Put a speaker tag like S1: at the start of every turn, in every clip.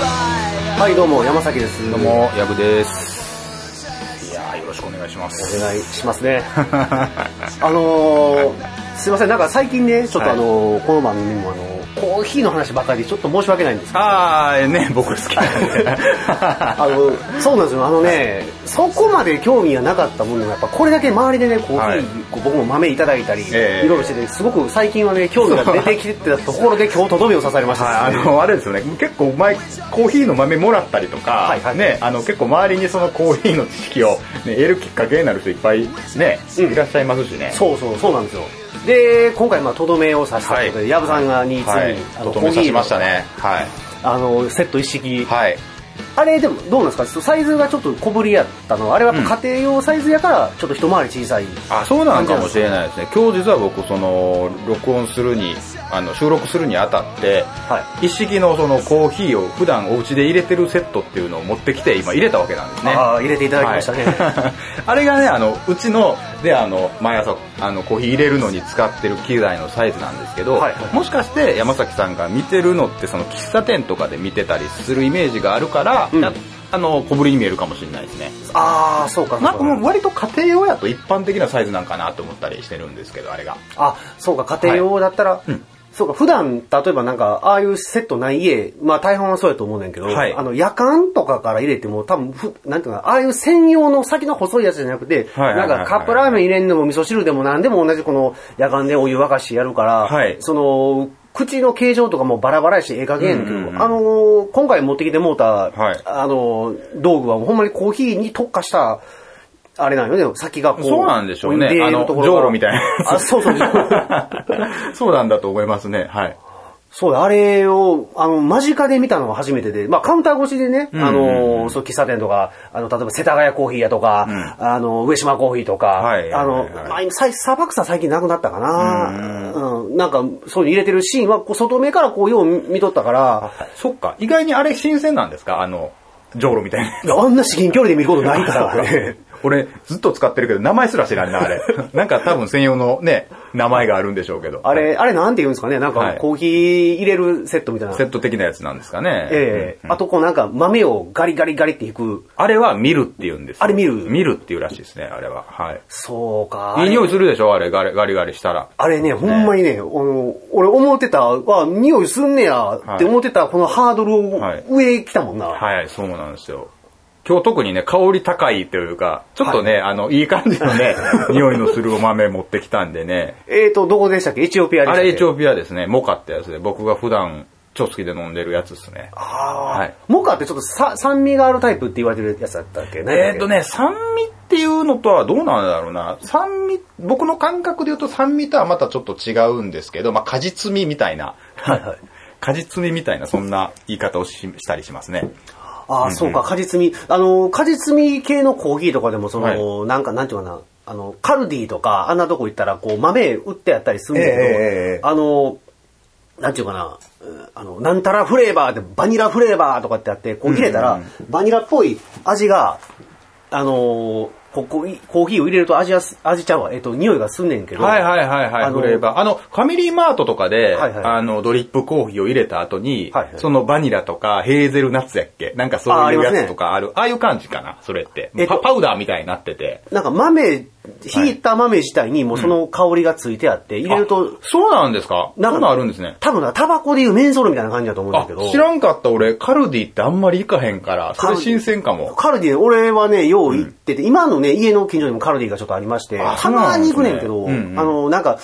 S1: はいどうも山崎です
S2: どうも、ヤブです。いやー、よろしくお願いします。
S1: お願いします ねあのー、すいませんなんか最近ねちょっとあのーこの番組もあのーコーヒーの話ばかりちょっと申し訳ないん ですけど
S2: あー、ね、僕好きなんで。
S1: あのそうなんですよあのねそこまで興味がなかったもののやっぱこれだけ周りでねコーヒー、
S2: はい
S1: こう僕も豆いただいたり、
S2: ええ
S1: いろいろしててすごく最近はね興味が出てきてたところで今日とどめを刺されました、
S2: はい、あの、あれですよね、結構前、コーヒーの豆もらったりとか、
S1: はいはい
S2: ね、あの、結構周りにそのコーヒーの知識を、ね、得るきっかけになる人いっぱいね、
S1: うん
S2: いらっしゃいますしね。
S1: そうそうそうなんですよで今回まあとどめを刺したことで、矢部さんがについに、
S2: はい
S1: あ、の
S2: と
S1: コ
S2: ど
S1: ーヒ
S2: めさ
S1: ー
S2: し
S1: の
S2: ましたね。はい。
S1: あのセット一式、
S2: はい。
S1: あれでもどうなんですかサイズがちょっと小ぶりやったのはあれはやっぱ家庭用サイズやからちょっと一回り小さい、
S2: あそうなのかもしれないですね今日実は僕その録音するにあの収録するにあたって、
S1: は
S2: 一式のそのコーヒーを普段お家で入れてるセットっていうのを持ってきて今入れたわけなんですね
S1: ああ入れていただきましたね、
S2: はい あれがねあのうちのであの毎朝あのコーヒー入れるのに使ってる機材のサイズなんですけど、
S1: はいはい
S2: もしかして山崎さんが見てるのってその喫茶店とかで見てたりするイメージがあるから、
S1: うん
S2: ああの小ぶりに見えるかもしれないですね
S1: ああそうかそう
S2: な
S1: か
S2: んかもう割と家庭用やと一般的なサイズなんかなと思ったりしてるんですけど、あ れが。
S1: あそうか家庭用だったら、
S2: うん
S1: そうか普段例えばなんかああいうセットない家まあ大半はそうやと思うねんけど、
S2: はい
S1: あの夜間とかから入れても多分ふなんていうかなああいう専用の先の細いやつじゃなくて、
S2: はいはいはいはい
S1: なんかカップラーメン入れんでも味噌汁でも何でも同じこの夜間でお湯沸かしてやるから、
S2: はい
S1: その口の形状とかもバラバラやし、ええ加減やねんけど、
S2: うんうんうん
S1: あのー今回持ってきてもうた、
S2: はい
S1: あのー道具はほんまにコーヒーに特化した、あれなんよね、先がこう。
S2: そうなんでしょうね
S1: 出る
S2: あの
S1: ところが
S2: じょうろみたいなやつ
S1: あ、そう そうそう。
S2: そうなんだと思いますね。はい。
S1: そうだ、あれを、あの、間近で見たのは初めてで、まあ、カウンター越しでね、
S2: んうん
S1: あの、そう、喫茶店とか、あの、例えば、世田谷コーヒー屋とか、あの、上島コーヒーとか、
S2: はい
S1: あの、
S2: はいはい
S1: まあ、今、さい砂漠さ最近なくなったかな、うんなんか、そういうの入れてるシーンは、こう外目からこう、よう見とったから、
S2: そっか、意外にあれ新鮮なんですかあの、ジョーロみたいな。
S1: あんな至近距離で見ることない からね。
S2: 俺、ずっと使ってるけど、名前すら知らんな、あれ。なんか多分専用のね、名前があるんでしょうけど。
S1: あれ、あれなんて言うんですかね、なん
S2: は
S1: か
S2: い、
S1: コーヒー入れるセットみたいな。
S2: セット的なやつなんですかね。
S1: ええ
S2: うん
S1: あと、こう、なんか、豆をガリガリガリって引く。
S2: あれは見るって言うんですよ
S1: あれ見る
S2: 見るっていうらしいですね、あれは。はい。
S1: そうか。
S2: いい匂いするでしょあれ、ガリガリガリしたら。
S1: あれね、ほんまにね、あの俺思ってた、わ、匂いすんねやって思ってた、このハードルを
S2: はい
S1: 上へ来たもんな。
S2: はい、そうなんですよ。今日特にね、香り高いというか、ちょっとね、あの、いい感じ のね、匂いのするお豆持ってきたんでね。
S1: えーと、どこでしたっけエチオピアでし
S2: あ
S1: たっけ
S2: れエチオピアですね、モカってやつで、僕が普段超好きで飲んでるやつですね。
S1: あー
S2: はい
S1: モカってちょっとさ酸味があるタイプって言われてるやつだったっけ何だっ
S2: え
S1: け
S2: っとね、酸味っていうのとはどうなんだろうな。酸味、僕の感覚で言うと酸味とはまたちょっと違うんですけど、まあ、果実味みたいな。
S1: はいはい
S2: 果実味みたいな、そんな言い方をししたりしますね。
S1: ああ、そうか、果実味。あの、果実味系のコーヒーとかでも、その、なんか、なんていうかな、あの、カルディとか、あんなとこ行ったら、こう、豆売ってやったりするんだ
S2: えええええ
S1: け
S2: え
S1: ど、あの、なんていうかな、うんあの、なんたらフレーバーで、バニラフレーバーとかってやって、こう入れたら、バニラっぽい味が、あの、ここいコーヒーを入れると味はす、味ちゃうわ、えっと、匂いがすんねんけど、
S2: はいはいはいは
S1: あ
S2: い、
S1: の
S2: フレーバー。あの、ファミリーマートとかで、
S1: はいはい
S2: あの、ドリップコーヒーを入れた後に、
S1: はいはい
S2: そのバニラとかヘーゼルナッツやっけなんかそ
S1: あ
S2: う
S1: あ
S2: い
S1: り
S2: う
S1: ます
S2: や
S1: ね
S2: つとかある。ああいう感じかな、それって。
S1: えっと
S2: パパウダーみたいになってて。
S1: なんか豆、ひいた豆自体にもうその香りがついてあって、入れると
S2: あ、そうなんですか
S1: なんか
S2: そんなんあるんですね。
S1: 多分な、タバコでいうメンソールみたいな感じだと思うんだ
S2: あ
S1: けど。、
S2: 知らんかった俺、カルディってあんまり行かへんから、そ
S1: カル
S2: れ
S1: ディ
S2: 新鮮かも。
S1: カルディ、俺はね、よう行ってて、今のね、家の近所にもカルディがちょっとありまして、
S2: あ
S1: たまに行くねんけど、
S2: そうなんですねうんうん
S1: あの、なんか、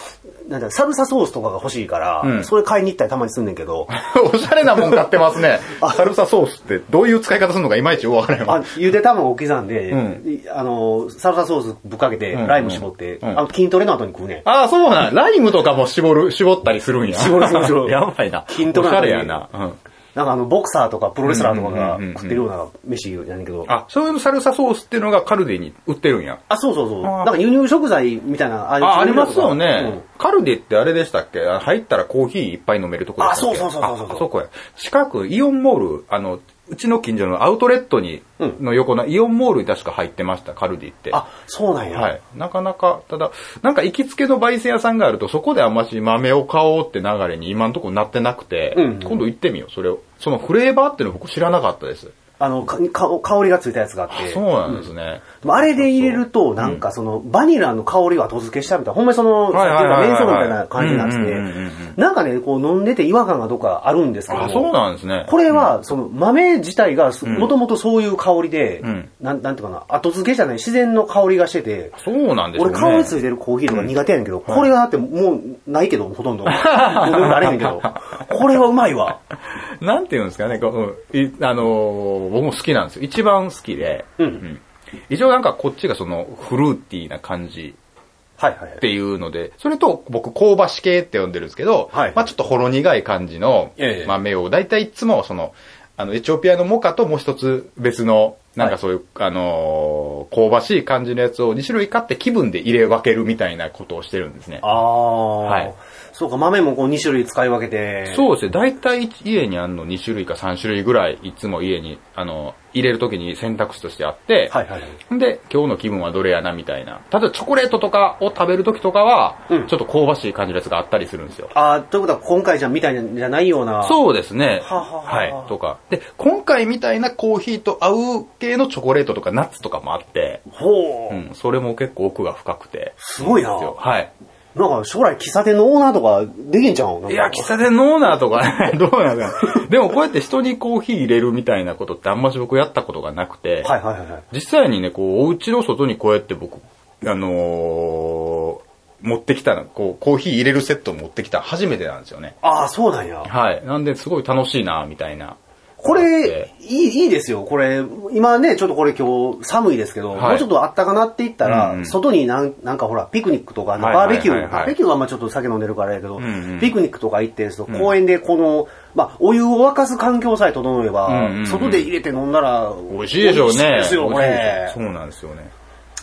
S1: なんだサルサソースとかが欲しいから、
S2: うん
S1: それ買いに行ったりたまにすんねんけ ど、
S2: おしゃれなもん買ってますね。サルサソースってどういう使い方するのかいまいちよくわからへんわ
S1: あゆで卵を刻んで、
S2: うん
S1: いあの、サルサソースぶっかけて、
S2: んうん
S1: ライム絞って、
S2: うん
S1: あの筋トレの後に食うねん。
S2: ああ、そうなん。ライムとかも絞る、絞ったりするんや。
S1: 絞る絞る絞る
S2: やばいな。
S1: 筋トレ
S2: お
S1: の
S2: しゃ
S1: 後に
S2: れやな。うん
S1: なんかあの、ボクサーとかプロレスラーとかが
S2: うんうんうんうん
S1: 食ってるような飯やねんけど、
S2: あ、そういうサルサソースっていうのがカルディに売ってるんや。
S1: あ、そうそうそう。な
S2: あ
S1: んか輸入食材みたいな、ああいう
S2: あ、ありますよ
S1: 調味料と
S2: ね
S1: か。
S2: カルディってあれでしたっけあ入ったらコーヒーいっぱい飲めるとこでしたっけ
S1: あそうそうそうそうそう
S2: あそこや。近く、イオンモール、あの、うちの近所のアウトレットに、
S1: うん
S2: の横のイオンモールに確か入ってました、カルディって。
S1: うんあ、そうなんや。
S2: はい。なかなか、ただ、なんか行きつけの焙煎屋さんがあると、そこであんまし豆を買おうって流れに今のところなってなくて、
S1: うんうん
S2: 今度行ってみよう、それを。そのフレーバーっていうの僕知らなかったです。
S1: あの、かか香りがついたやつがあって。
S2: そうなんですね。
S1: でもあれで入れると、なんかその、バニラの香りが後付けしたみたいな、ほんまにその、さっき
S2: はいはい
S1: の
S2: はいはい
S1: メンソールみたいな感じになって
S2: うんうんうん
S1: て、なんかね、こう飲んでて違和感がどっかあるんですけども
S2: あ、そうなんですね。
S1: これは、その豆自体が、
S2: ん
S1: もともとそういう香りで、
S2: うん
S1: なん、なんていうかな、後付けじゃない、自然の香りがしてて、
S2: そうなんですよ
S1: 俺
S2: ね。
S1: 香りついてるコーヒーとか苦手やねんけど、これがだってもうないけど、ほとんど。もうなれへんけど。これはうまいわ。
S2: なんていうんですかね、こういあのー僕も好きなんですよ。一番好きで。
S1: うん
S2: ん一応なんかこっちがそのフルーティーな感じ
S1: はいはいは
S2: っ
S1: い。
S2: ていうので、それと僕香ばし系って呼んでるんですけど、
S1: はい
S2: まあちょっとほろ苦い感じの
S1: ええ
S2: 豆を、だいたいいつもその、あの、エチオピアのモカともう一つ別の、なんかそういう、あのー香ばしい感じのやつを2種類買って気分で入れ分けるみたいなことをしてるんですね。
S1: ああ、
S2: はい
S1: そうか、豆もこう2種類使い分けて。
S2: そうですね。大体家にあんの2種類か3種類ぐらい、いつも家に、あの、入れるときに選択肢としてあって、
S1: はいはいはい。
S2: で、今日の気分はどれやなみたいな。例えばチョコレートとかを食べるときとかは、
S1: うん
S2: ちょっと香ばしい感じのやつがあったりするんですよ。
S1: ああ、ということは今回じゃみたいなんじゃないような。う。
S2: そうですね。
S1: ははは
S2: はい。とか。で、今回みたいなコーヒーと合う系のチョコレートとかナッツとかもあって、
S1: ほう。
S2: うん、それも結構奥が深くて。
S1: すごいな。
S2: はい。
S1: なんか将来喫茶店のオーナーとかできんちゃうんなんか
S2: いや、喫茶店のオーナーとか ね、どうなんだろう。でもこうやって人にコーヒー入れるみたいなことってあんまし僕やったことがなくて、
S1: はいはいはいはい。
S2: 実際にね、こう、お家の外にこうやって僕、あのー持ってきたの、こう、コーヒー入れるセットを持ってきたの初めてなんですよね。
S1: ああ、そうなんや。
S2: はい。なんで、すごい楽しいなみたいな。
S1: こ
S2: だっ
S1: れ
S2: て、
S1: いい、いいですよ。これ、今ね、ちょっとこれ今日寒いですけど、
S2: はい
S1: もうちょっとあったかなって言ったら、
S2: うんうん
S1: 外になんなんかほら、ピクニックとか、あの
S2: はい
S1: バーベキュー、
S2: はいはいはい
S1: バーベキューはまあちょっと酒飲んでるからやけど、
S2: んうん
S1: ピクニックとか行って、その公園でこの、まあ、お湯を沸かす環境さえ整えば、
S2: うんうんうん
S1: 外で入れて飲んだら、
S2: 美味しいでしょうね。
S1: 美味しいですよ、これ。
S2: そうなんですよね。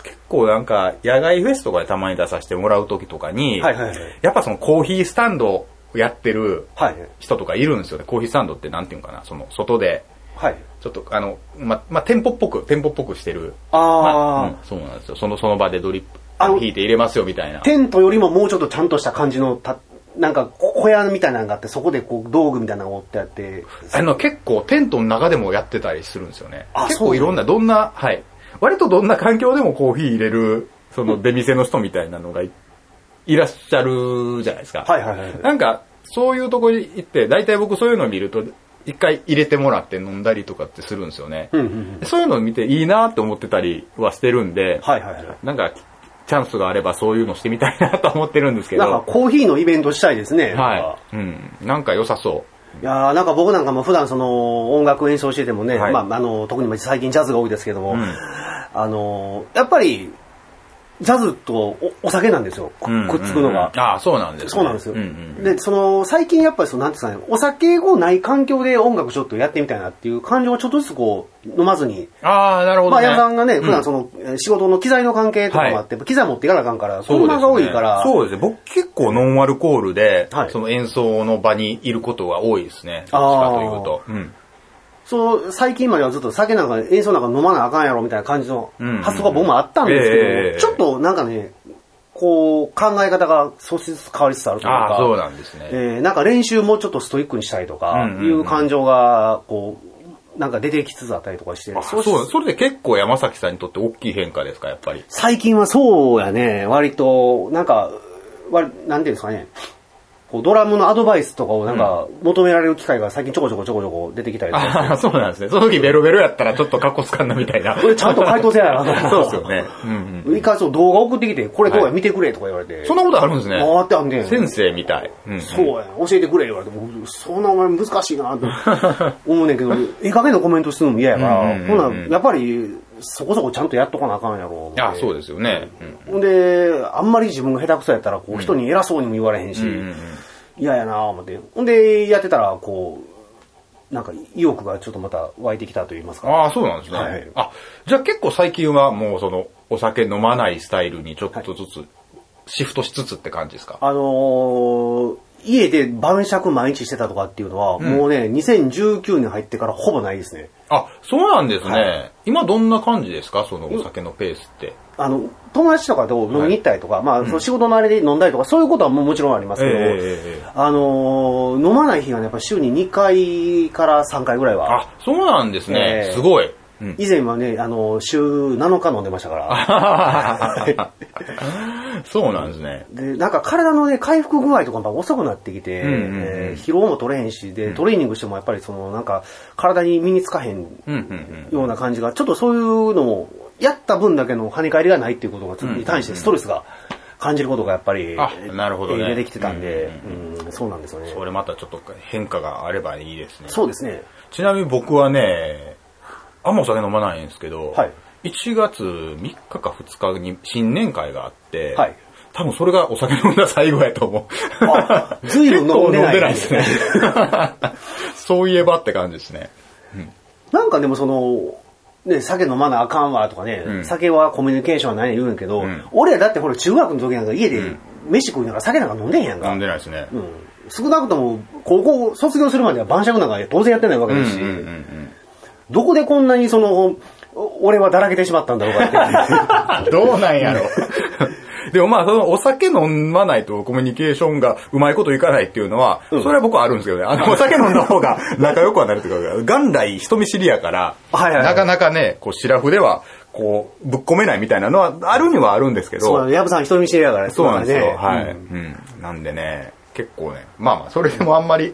S2: 結構なんか、野外フェスとかでたまに出させてもらう時とかに、
S1: はいはいはい
S2: やっぱそのコーヒースタンドをやってる
S1: はい。
S2: 人とかいるんですよね。コーヒースタンドってなんていうのかな、その、外で、
S1: はい。
S2: ちょっと、あの、ま、まあ、店舗っぽく、店舗っぽくしてる。
S1: ああ、
S2: まうんそうなんですよ。その、その場でドリップ、
S1: あの
S2: 引いて入れますよ、みたいな。
S1: テントよりももうちょっとちゃんとした感じの、たなんかこ小屋みたいなのがあって、そこでこう道具みたいなのが折ってあって、
S2: あの、結構、テントの中でもやってたりするんですよね。
S1: あ
S2: 結
S1: そう
S2: 構いろんな、どんな、はい。割とどんな環境でもコーヒー入れる、その、出店の人みたいなのがいいらっしゃるじゃないですか。
S1: はいはいはい。
S2: なんか、そういうとこに行って、大体僕そういうの見ると、一回入れてもらって飲んだりとかってするんですよね。
S1: うんうんうん。
S2: そういうのを見ていいなって思ってたりはしてるんで、
S1: はいはいは
S2: なんか、チャンスがあればそういうのしてみたいなと思ってるんです
S1: い。
S2: けど。
S1: なんかコーヒーのイベントしたいですね。
S2: は。い。うん。なんか良さそ
S1: いやーなんか僕なんかも普段その音楽演奏しててもね、
S2: はい
S1: まああの、特に最近ジャズが多いですけども、
S2: うん
S1: あのー、やっぱり、ジャズとおお酒なんですよ、
S2: う。
S1: く
S2: うん
S1: くっつくのが
S2: うん。ああ、そうなんですね。
S1: そうなんですよ。
S2: うんうん
S1: で、その、最近やっぱりその、なんていうんですかね、お酒をない環境で音楽ちょっとやってみたいなっていう感情をちょっとずつこう、飲まずに、
S2: ああ、なるほど、
S1: まあ、
S2: ね。
S1: 矢部さんがね、普段
S2: うん
S1: その、えー仕事の機材の関係とかもあって、機材持っていかなあかんから、
S2: そうです
S1: 車
S2: ね
S1: が多いから、
S2: そうですね。僕結構ノンアルコールで、
S1: はい
S2: その演奏の場にいることが多いですね。
S1: あー
S2: どっちかというと。うん。
S1: その最近まではずっと酒なんか演奏なんか飲まなあかんやろみたいな感じの
S2: うんうん
S1: 発想が僕もあったんですけど、
S2: ええ
S1: ちょっとなんかね、こう考え方が少しずつ変わりつつあるという
S2: あ
S1: か
S2: あ、、そうなんですね。
S1: えーなんか練習もちょっとストイックにしたいとか、
S2: うんうんうん
S1: いう感情が、こう、なんか出てきつつあったりとかして
S2: あ、、そうそれで結構山崎さんにとって大きい変化ですか、やっぱり。
S1: 最近はそうやね、割と、なんか、割なんていうんですかね、こうドラムのアドバイスとかをなんか求められる機会が最近ちょこちょこちょこちょこ出てきたりとか、
S2: ああ、そうなんですね。その時ベロベロやったらちょっとカッコつかんなみたいな。
S1: これちゃんと回答せやなあかんな
S2: そうですよね。うんうん。
S1: 一回そう動画送ってきて、これどうや、
S2: はい
S1: 見てくれとか言われて。
S2: そんなことあるんですね。
S1: 回ってあんねん。
S2: 先生みたい。うんうん
S1: そうや、教えてくれ言われて、もうそんなお前難しい なと思うねんけど、いい加減なコメントするのも嫌やから、
S2: うんうんうんうん
S1: ほな、やっぱり、そこそこちゃんとやっとかなあかんやろ。
S2: あ、そう
S1: で
S2: ですよね。うん
S1: す。ほんで、あんまり自分が下手くそやったら、こう、人に偉そうにも言われへんし、
S2: うんうん
S1: 嫌やなあ思って。ほんで、やってたら、こう、なんか、意欲がちょっとまた湧いてきたと言いますか。
S2: ああ、そうなんですね。
S1: はい
S2: あ、じゃあ結構最近はもうその、お酒飲まないスタイルにちょっとずつ、シフトしつつって感じですか、
S1: あのー家で晩酌毎日してたとかっていうのは、もうね、2019年入ってからほぼないですね。
S2: あ、そうなんですね。
S1: は
S2: 今どんな感じですかそのお酒のペースって。
S1: あの、友達とかと飲みに行ったりとか、まあ、その仕事のあれで飲んだりとか、そういうことはももちろんありますけど、
S2: ええええええ
S1: あのー飲まない日がね、やっぱ週に2回から3回ぐらいは、
S2: あ、そうなんですね。
S1: ええ
S2: すごい。うん。
S1: 以前はね、あのー週7日飲んでましたから、
S2: そうなんですね。
S1: で、なんか体のね、回復具合とかも遅くなってきて、
S2: うんうんうん
S1: えー疲労も取れへんし、で、トレーニングしてもやっぱりその、なんか、体に身につかへん
S2: うんうんうん。
S1: ような感じが、ちょっとそういうのも、やった分だけの跳ね返りがないっていうことがつ、
S2: うん
S1: に対してストレスが感じることがやっぱり、
S2: あなるほどね
S1: えー出てきてたんで、うんそうなんですよね。
S2: それまたちょっと変化があればいいですね。
S1: そうですね。
S2: ちなみに僕はね、あんまお酒飲まないんですけど、
S1: はい
S2: 1月3日か2日に新年会があって、
S1: はい
S2: 多分それがお酒飲んだ最後やと思う。
S1: あずいぶん飲んでない
S2: 結構飲んでないですね。そういえばって感じですね。
S1: なんかでもその、ね、酒飲まなあかんわとかね、
S2: うん
S1: 酒はコミュニケーションはないねん言うんやけど、
S2: ん
S1: 俺らだってほら中学の時なんか家で飯食いながら酒なんか飲んでへんやんか。
S2: 飲んでないですね。
S1: うん少なくとも高校卒業するまでは晩酌なんか当然やってないわけ
S2: うん
S1: で
S2: うん
S1: すし、
S2: うんうん
S1: どこでこんなにその、お俺はだらけてしまったんだろう かって。
S2: あどうなんやろ。 でもまあ、そのお酒飲まないとコミュニケーションがうまいこといかないっていうのは、
S1: うん
S2: それは僕はあるんですけどね。あ の、お酒飲んだ方が仲良くはなるっていうか、元来人見知りやから、
S1: はいはいはい
S2: なかなかね、こう、シラフでは、こう、ぶっ込めないみたいなのは、あるにはあるんですけど、
S1: そうなの、矢部さん人見知りやから、
S2: そうなんですよ。はい。
S1: う
S2: うんん。なんでね、結構ね、まあまあ、それでもあんまり、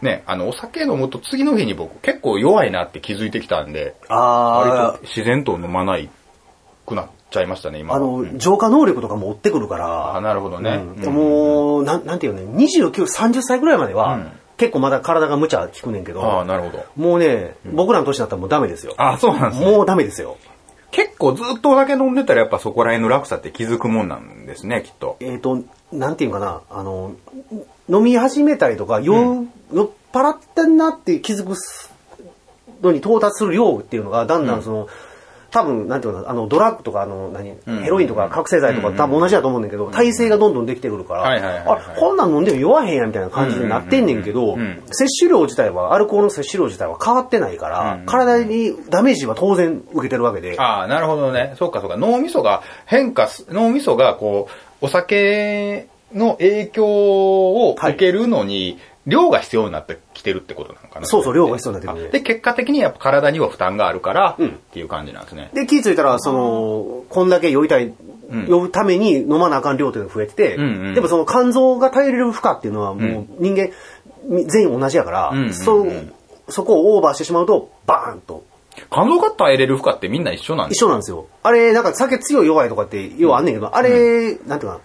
S2: ね、あの、お酒飲むと次の日に僕結構弱いなって気づいてきたんで、割
S1: あ
S2: と自然と飲まないくなっちゃいましたね、
S1: あ、
S2: 今
S1: あ
S2: は。
S1: の、浄化能力とかも追ってくるから、
S2: あなるほどね。
S1: うんもう、なん、なんていうのね、29、30歳ぐらいまでは、
S2: うん
S1: 結構まだ体が無茶効くねんけど、
S2: ああ、なるほど。
S1: もうね、僕らの年だったらもうダメですよ。
S2: あそうなんですね。
S1: もうダメですよ。
S2: 結構ずっとお酒飲んでたらやっぱそこら辺の落差って気づくもんなんですね、きっと。
S1: えっ、と、なんていうんかな、あの、飲み始めたりとか、酔う酔っ払ってんなって気づくのに到達する量っていうのが、だんだんその、多分、なんていうのかな、あの、ドラッグとか、あの、何、
S2: うん
S1: ヘロインとか覚醒剤とか、
S2: うん
S1: 多分同じだと思うんだけど、体勢がどんどんできてくるから、
S2: はいはいはいはい
S1: あ、こんなん飲んでも酔わへんや、みたいな感じになってんねんけど、
S2: うんうんうんうん
S1: 摂取量自体は、アルコールの摂取量自体は変わってないから、
S2: うん
S1: 体にダメージは当然受けてるわけで、
S2: ああ、なるほどね。そうかそうか。脳みそが変化す、脳みそがこう、お酒の影響を受けるのに、量が必要になってきてるってことなのかな
S1: そうそう量が必要になってくる
S2: あで、結果的にやっぱ体には負担があるから、
S1: うん
S2: っていう感じなんですね。
S1: で、気付いたら、その、こんだけ酔いたい、
S2: ん
S1: 酔うために飲まなあかん量というのが増えてて、
S2: うんうん
S1: でもその肝臓が耐えれる負荷っていうのはもう人間、み全員同じやから、
S2: んうんうん
S1: そう、そこをオーバーしてしまうと、バーンと。
S2: 肝臓が耐えれる負荷ってみんな一緒なんです
S1: 一緒なんですよ。あれ、なんか酒強い弱いとかって、要はあんねんけど、あれ、なんていうかな、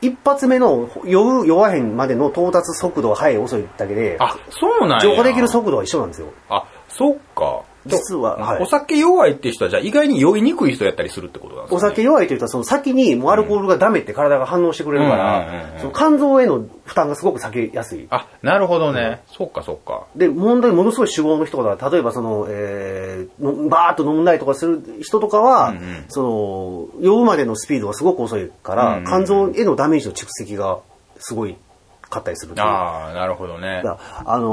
S1: 一発目の酔う弱へんまでの到達速度は早い遅いだけで、
S2: あ、そうなんや。
S1: 浄化できる速度は一緒なんですよ。
S2: あ、そっか。
S1: 実ははい
S2: お酒弱いって人は、じゃあ意外に酔いにくい人やったりするってことなんですか、
S1: お酒弱いというと、その先にもうアルコールがダメって体が反応してくれるか
S2: うんうんうんう
S1: ら、
S2: ん
S1: その肝臓への負担がすごく避けやすい。
S2: あ、なるほどね。そっかそっか。
S1: で、問題、ものすごい酒豪の人とか、例えばその、えーの、バーっと飲んだりとかする人とかは、
S2: うんうん
S1: その、酔うまでのスピードがすごく遅いから、
S2: うんうん
S1: 肝臓へのダメージの蓄積がすごい、かったりするっていう。
S2: ああ、なるほどね。
S1: だあの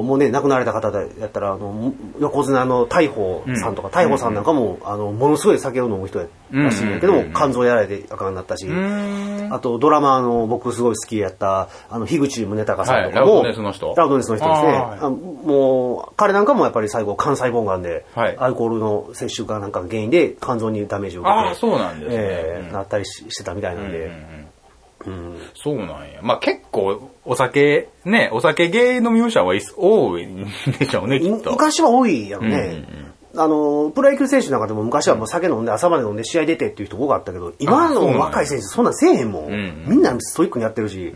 S1: ーもうね、亡くなられた方だったら、あの、横綱の大鵬さんとか、
S2: うん
S1: 大鵬さんなんかも、あの、ものすごい酒を飲む人やらしいんだけど
S2: うん
S1: も
S2: うんう、ん
S1: 肝臓やられてあかんなったし、
S2: うーん。
S1: あと、ドラマーの僕すごい好きやった、あの、樋口宗隆さんとか
S2: はいラブ
S1: も、
S2: ドネスの人
S1: ラブドネスの人ですね。
S2: あー
S1: あもう、彼なんかもやっぱり最後、肝細胞癌で、
S2: はい
S1: アルコールの摂取がなんかが原因で肝臓にダメージを受けて、
S2: ああ、そうなんですね。
S1: えー
S2: うん
S1: なったりししてたみたいなん
S2: うんう
S1: で、
S2: ん
S1: うん
S2: そうなんや。まあ結構、お酒、ね、お酒芸のミュージシャンはいす多いんでしょうね、きっと。
S1: 昔は多いやろね。
S2: うん
S1: あの、プロ野球選手なんかでも昔はもう酒飲んで朝まで飲んで試合出てっていう人多かったけど、今
S2: あそうなん
S1: の
S2: や
S1: 若い選手そんなんせえへんもん。
S2: んうん
S1: みんなストイックにやってるし。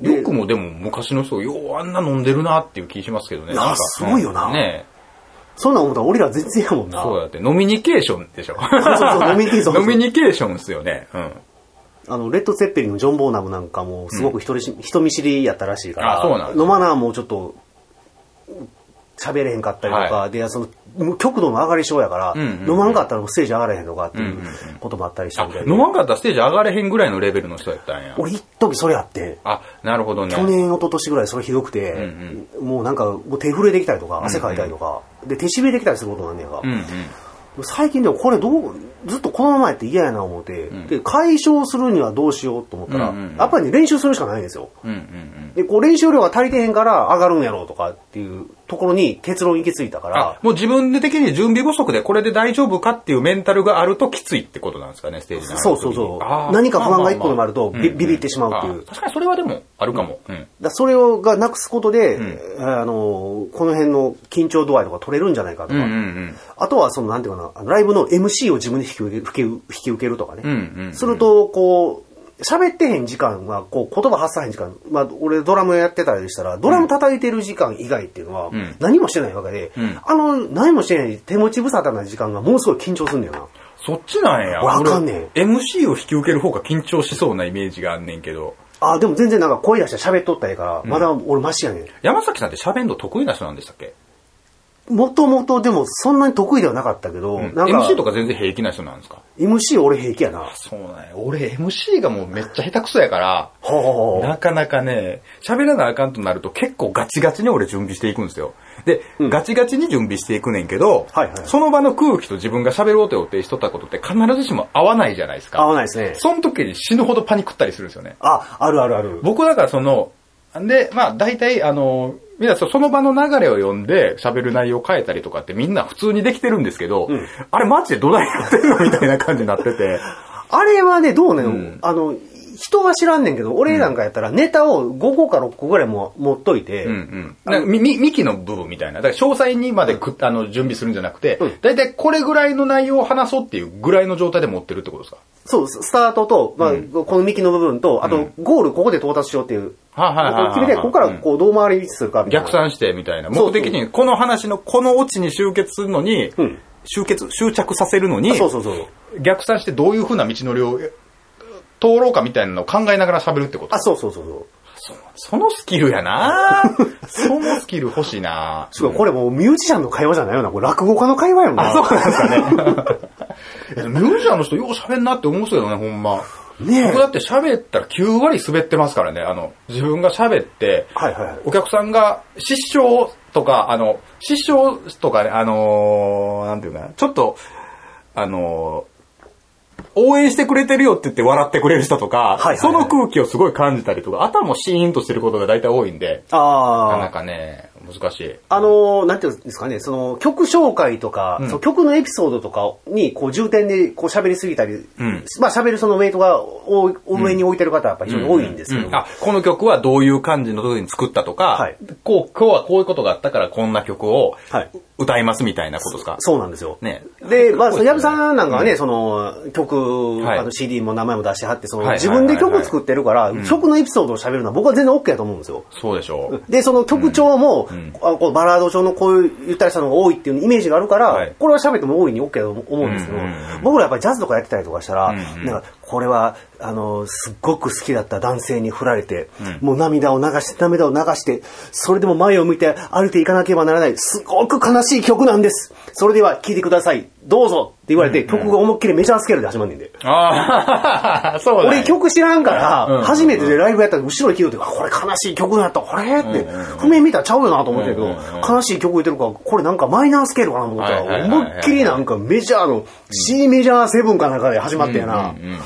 S2: よくもでも昔の人、ようあんな飲んでるなっていう気しますけどね。
S1: いや
S2: なんか
S1: すごいよな
S2: うんね
S1: そんなん思ったら俺ら全然やもんな。
S2: そうだって、ノミニケーションでしょ。
S1: そうそうそう飲みに行くぞ
S2: ノミニケーションっすよね。うん。
S1: あの、レッド・ツェッペリンのジョン・ボーナムなんかも、すごく人見知り人見知りやったらしいから、
S2: あそうなんですね
S1: 飲まなもうちょっと、喋れへんかったりとか、
S2: は
S1: で、その、極度の上がり症やから、
S2: うんうんうん
S1: 飲まんかったらもうステージ上がれへんとかってい
S2: んう
S1: うん
S2: うん
S1: うこともあったりした
S2: あ
S1: みたい、で
S2: 飲まんかったらステージ上がれへんぐらいのレベルの人やったんや。
S1: 俺、一時それあって、
S2: あ、なるほどね。
S1: 去年、一昨年ぐらいそれひどくて、もうなんか、もう手震えてきたりとか、汗かいたりとか、で、手しびれてきたりすることなんねやが、
S2: うんうん。
S1: 最近でもこれどう、ずっとこのままやって嫌やな思って、
S2: ん
S1: で、解消するにはどうしようと思ったら、
S2: うんうんうん
S1: やっぱりね練習するしかないんですよ。
S2: うんうん
S1: で、こう練習量が足りてへんから上がるんやろうとかっていうところに結論行き着いたか
S2: あ
S1: ら、、
S2: もう自分的に準備不足でこれで大丈夫かっていうメンタルがあるときついってことなんですかね、ステージの
S1: そうそうそう何か不安が一個でもあるとビビビってしまうっていう
S2: 確かにそれはでもあるかも。うん。
S1: だそれをがなくすことで、
S2: う
S1: あの、この辺の緊張度合いとか取れるんじゃないかと
S2: うん
S1: か、
S2: うんうん。
S1: あとはその、なんていうかなあの、ライブの MC を自分で引き受け引き受引き受けるとかね。
S2: うんうんうん
S1: すると、こう、喋ってへん時間は、こう、言葉発さへん時間、まあ、俺ドラムやってたりしたら、ドラム叩いてる時間以外っていうのは
S2: ん、
S1: 何もしてないわけで、
S2: ん
S1: あの、何もしてない手持ち無沙汰な時間がものすごい緊張するんだよな。
S2: そっちなんや。
S1: わかんね
S2: 俺 MC を引き受ける方が緊張しそうなイメージがあんねんけど。
S1: あ、でも全然なんか声出して喋っとったらええから、まだ俺マシやねん。
S2: 山崎さんって喋んの得意な人なんでしたっけ
S1: もともとでもそんなに得意ではなかったけど、なんか、
S2: ?MC とか全然平気な人なんですか
S1: MC 俺平気やな。
S2: そうなんや。俺 MC がもうめっちゃ下手くそやから、
S1: ほうほうほう
S2: なかなかね、喋らなあかんとなると結構ガチガチに俺準備していくんですよ。で、
S1: ん
S2: ガチガチに準備していくねんけど、
S1: はいはい
S2: その場の空気と自分が喋ろうと予定しとったことって必ずしも合わないじゃないです
S1: 合
S2: か。
S1: わないですね。
S2: その時に死ぬほどパニックったりするんですよね。
S1: あ、あるあるある。
S2: 僕だからその、で、まあ大体あの、みんなそその場の流れを読んで喋る内容を変えたりとかってみんな普通にできてるんですけど、
S1: うん
S2: あれマジでどないやってるのみたいな感じになってて。
S1: あれはね、どうね、
S2: ん
S1: あの、人は知らんねんけど、俺なんかやったらネタを5個か6個ぐらいも持っといて、
S2: うんうん。み、み、幹の部分みたいな。だから詳細にまでく、あの、準備するんじゃなくて、だいたいこれぐらいの内容を話そうっていうぐらいの状態で持ってるってことですか
S1: そう、ススタートと、まあ、この幹の部分と、あと、ゴールここで到達しようっていう。
S2: はいはいはいはい
S1: 決めて、ここからこう、どう回りするかみたいな。
S2: 逆算してみたいな。
S1: そう
S2: 目的に、この話の、このオチに集結するのに、
S1: うん
S2: 集結、執着させるのに
S1: あ。、そうそうそう。
S2: 逆算してどういう風な道のりをえ通ろうかみたいなのを考えながら喋るってこと
S1: あ、そうそうそうそう。
S2: そそのスキルやな そのスキル欲しいな
S1: しかもこれもうミュージシャンの会話じゃないよな。これ落語家の会話やもんな。
S2: あ、そうなんですかね。いやミュージシャンの人よう喋んなって思うんですけどね、ほんま。
S1: ねえ
S2: 僕だって喋ったら9割滑ってますからね、あの、自分が喋って、
S1: はいはい。
S2: お客さんが失笑とか、あの、失笑とかね、あのーなんていうかな、ちょっと、あのー応援してくれてるよって言って笑ってくれる人とか、
S1: いはいはい
S2: その空気をすごい感じたりとか、あとはもうシーンとしてることが大体多いんで、なか
S1: あ
S2: な
S1: あ。
S2: かね、難しい。
S1: あのーなんていうんですかね、その曲紹介とか、
S2: ん
S1: その曲のエピソードとかに、こう重点でこう喋りすぎたり、
S2: ん
S1: まあ喋るそのウェイトが多い多めに置いてる方はやっぱり非常に多いんですけど、
S2: うあ、この曲はどういう感じの時に作ったとか、
S1: はい
S2: こう、今日はこういうことがあったからこんな曲を
S1: はい
S2: 歌いますみたいなことですか、
S1: そうなんですよ。
S2: ね。
S1: で、まあ、その矢部
S2: ん、
S1: さんなんかはね、その、曲、
S2: はい
S1: あの CD も名前も出してはって、その、
S2: はいはい
S1: 自分で曲を作ってるから、曲のエピソードを喋るのは僕は全然 OK だと思うんですよ。
S2: そうでしょう。
S1: で、その曲調も、
S2: ん
S1: あこうバラード調のこういうゆったりしたのが多いっていうイメージがあるから、
S2: はい
S1: これは喋っても大いに OK だと思うんですけど、
S2: うんうんうん
S1: 僕らやっぱりジャズとかやってたりとかしたら、
S2: うんうん
S1: なんかこれは、あの、すっごく好きだった男性に振られて、もう涙を流して、涙を流して、それでも前を向いて歩いていかなければならない、すごく悲しい曲なんです。それでは聴いてください。どうぞって言われて、曲が思いっきりメジャースケールで始まんねんで。
S2: ああ、 そうだ、ね。
S1: 俺曲知らんから、
S2: うん
S1: 初めてでライブやったら後ろに聞いて、あこれ悲しい曲だった、これって、譜面見たらちゃうよなと思ってたけど、
S2: うんうんうん
S1: 悲しい曲言ってるから、これなんかマイナースケールかなと思った
S2: はいはい
S1: ら、
S2: はいはい
S1: 思いっきりなんかメジャーの、C メジャーセブンかなんかで始まったよな。
S2: うんうん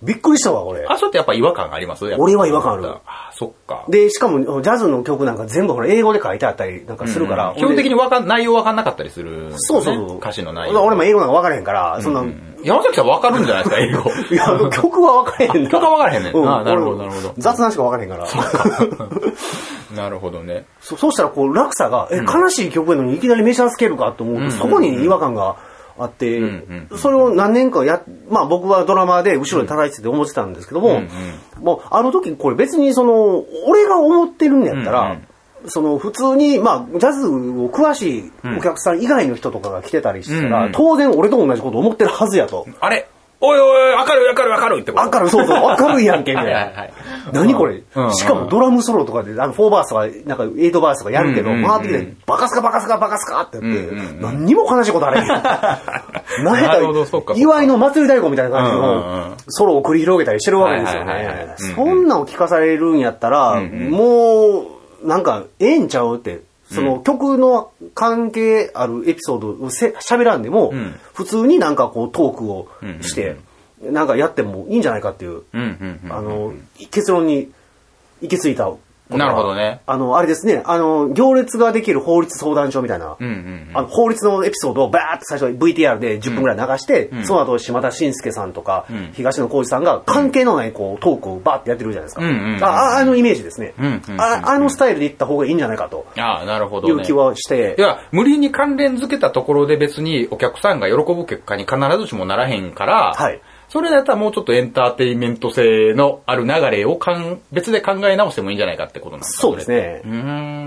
S1: びっくりしたわ、これ。
S2: あ、それってやっぱ違和感ありますやっぱ
S1: 俺は違和感ある
S2: あ、そっか。
S1: で、しかも、ジャズの曲なんか全部ほら、英語で書いてあったりなんかするから、
S2: 基本的
S1: に。
S2: にわかん、内容わかんなかったりするんです
S1: そう
S2: よね、
S1: そうそう。
S2: 歌詞の
S1: だか
S2: 内容。
S1: ら俺も英語なんか分からへんから、そんな、
S2: 山崎さんわかるんじゃないですか、英語。
S1: いや、曲は分からへんな
S2: 曲は分からへんねん
S1: う
S2: あなるほどなるほど
S1: 雑談しか分からへんから。
S2: なるほどね。
S1: そそうしたらこう落差が、え、悲しい曲やのにいきなりメジャースケールかと思うと、そこに違和感があって、
S2: んう
S1: それを何年かや、まあ僕はドラマーで後ろで叩いてて思ってたんですけども、もうあの時これ別にその、俺が思ってるんやったら、
S2: うんうん
S1: その普通に、まあ、ジャズを詳しいお客さん以外の人とかが来てたりしたら、
S2: うんうん
S1: 当然俺と同じこと思ってるはずやと。
S2: あれおいおいおい、明るい明るい明るいってこと
S1: 明るい、そうそう、明るいやんけ、みたい
S2: はいはいは。
S1: ない何これ
S2: うんうん
S1: しかもドラムソロとかで、あの、4バースとか、なんか8バースとかやるけど、
S2: うんうんうん
S1: 回ってきて、バカスカバカスカバカスカってやって
S2: うんうんう、ん
S1: 何にも悲しいことあれへん。 なんや
S2: なるほどそ
S1: っ
S2: っ
S1: たら、
S2: かそっか
S1: 祝いの祭り太鼓みたいな
S2: うんう
S1: 感
S2: んうん
S1: じの、ソロを繰り広げたりしてるわけですよ
S2: はいはいはいは
S1: ね
S2: い。
S1: そんなんを聞かされるんやったら、もう、なんか、ええんちゃうって。その曲の関係あるエピソードをせ喋らんでも
S2: うん、
S1: 普通になんかこうトークを
S2: うん
S1: して、なんかやってもいいんじゃないかっていう、
S2: うんうんうん。
S1: あの、結論に行き着いたことが
S2: なるほどね
S1: あの、あれですね、あの、行列ができる法律相談所みたいな、
S2: うんうん
S1: あの法律のエピソードをバーって最初に VTR で10分ぐらい流して、その後島田紳介さんとか、
S2: ん
S1: 東野幸治さんが関係のないこうトークをバーってやってるじゃないですか。
S2: うんうんうん
S1: あああのイメージですね、
S2: うんうんうん
S1: あ。あのスタイルでいった方がいいんじゃないかと
S2: うん。ああ、なるほ
S1: い
S2: ど
S1: う
S2: ね。
S1: 気はして
S2: い、や、無理に関連づけたところで別にお客さんが喜ぶ結果に必ずしもならへんから、
S1: はい
S2: それだったらもうちょっとエンターテインメント性のある流れをかん別で考え直してもいいんじゃないかってことなんですか
S1: そうです。ね
S2: そ。れうー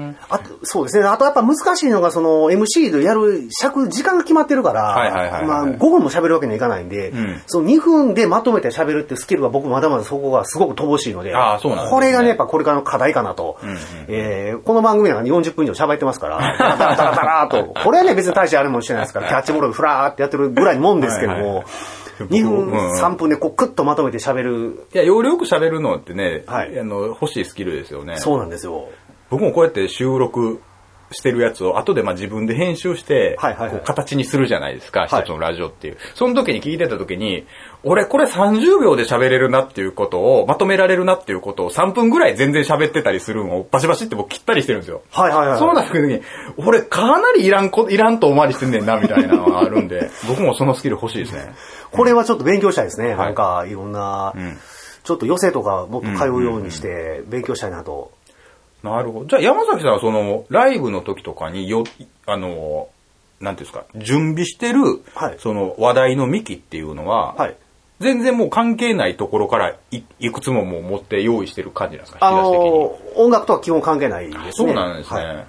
S2: ん。
S1: あと、そうですね。あとやっぱ難しいのが、その MC でやる尺、時間が決まってるから、
S2: はいはいはいはい
S1: まあ5分も喋るわけにはいかないんで、
S2: ん
S1: その2分でまとめて喋るっていうスキルが僕まだまだそこがすごく乏しいので、
S2: ああそうなんですね
S1: これがね、やっぱこれからの課題かなと。
S2: んうん
S1: えーこの番組なんか40分以上喋ってます から、タラタラタラタラと。これはね、別に大してあれもしてないですから、キャッチボールフラーってやってるぐらいのもんですけど
S2: はいはいは
S1: も、2分、
S2: うんうん
S1: 3分でこう、クッとまとめて喋る。
S2: いや、要領よく喋るのってね、
S1: はい
S2: あの、欲しいスキルですよね。
S1: そうなんですよ。
S2: 僕もこうやって収録してるやつを後でまあ自分で編集して、
S1: はいはいはい
S2: こう形にするじゃないですか、
S1: はい
S2: 一つのラジオっていう。その時に聞いてた時に、俺これ30秒で喋れるなっていうことを、まとめられるなっていうことを3分ぐらい全然喋ってたりするのをバシバシって僕切ったりしてるんですよ。
S1: はいはいはい。
S2: そうなった時に、俺かなりいらんこ、いらんとおまりしてんねんな、みたいなのがあるんで、僕もそのスキル欲しいですね。
S1: これはちょっと勉強したいですね。
S2: い
S1: なんか、いろんな、
S2: ん
S1: ちょっと寄席とかもっと通うようにして、勉強したいなと。
S2: なるほど。じゃあ山崎さんはその、ライブの時とかによ、あの、なんていうんですか、準備してる、
S1: はい
S2: その話題の幹っていうのは、
S1: はい。
S2: 全然もう関係ないところからいいくつももう持って用意してる感じなんですか、
S1: あ
S2: 引き出し的に。
S1: の、音楽とは基本関係ないですね。
S2: そうなんですね。
S1: はい